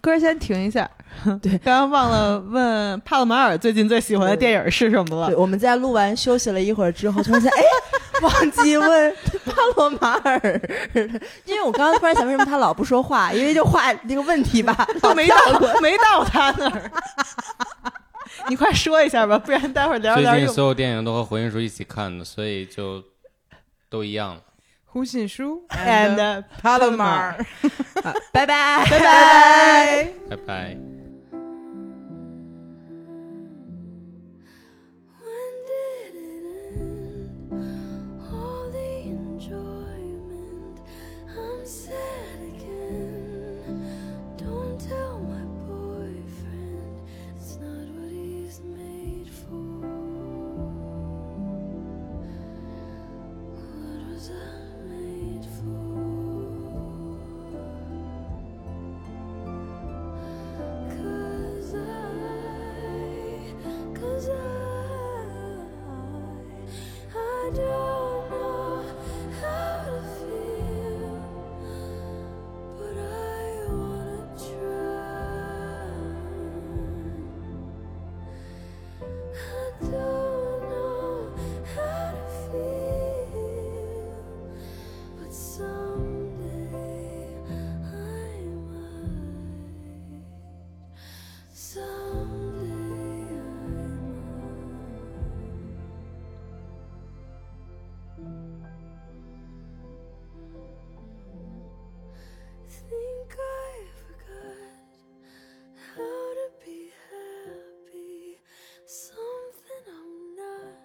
歌先停一下。对刚 刚忘了问帕洛马尔最近最喜欢的电影是什么了对，。我们在录完休息了一会儿之后，突然间哎， 忘记问巴罗马尔，因为我刚刚突然想，为什么他老不说话？因为就话那个问题吧，都没到，没到他那儿。 你快说一下吧，不然待会儿聊着最聊着近又所有电影都和回音叔一起看的，所以就都一样了。胡锦书 and 帕勒马尔，拜拜。拜拜。拜拜。 When did it end? All the enjoyment. I'm sad again. Don't tell my boyfriend. It's not what he's made for. What was I made for? 'Cause I. Cause I, I don't know how to feel, but I wanna try. I don't know how to feel, but someday I might. Someday I might. Think I forgot how to be happy. Something I'm not,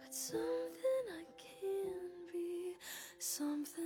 but something I can be. Something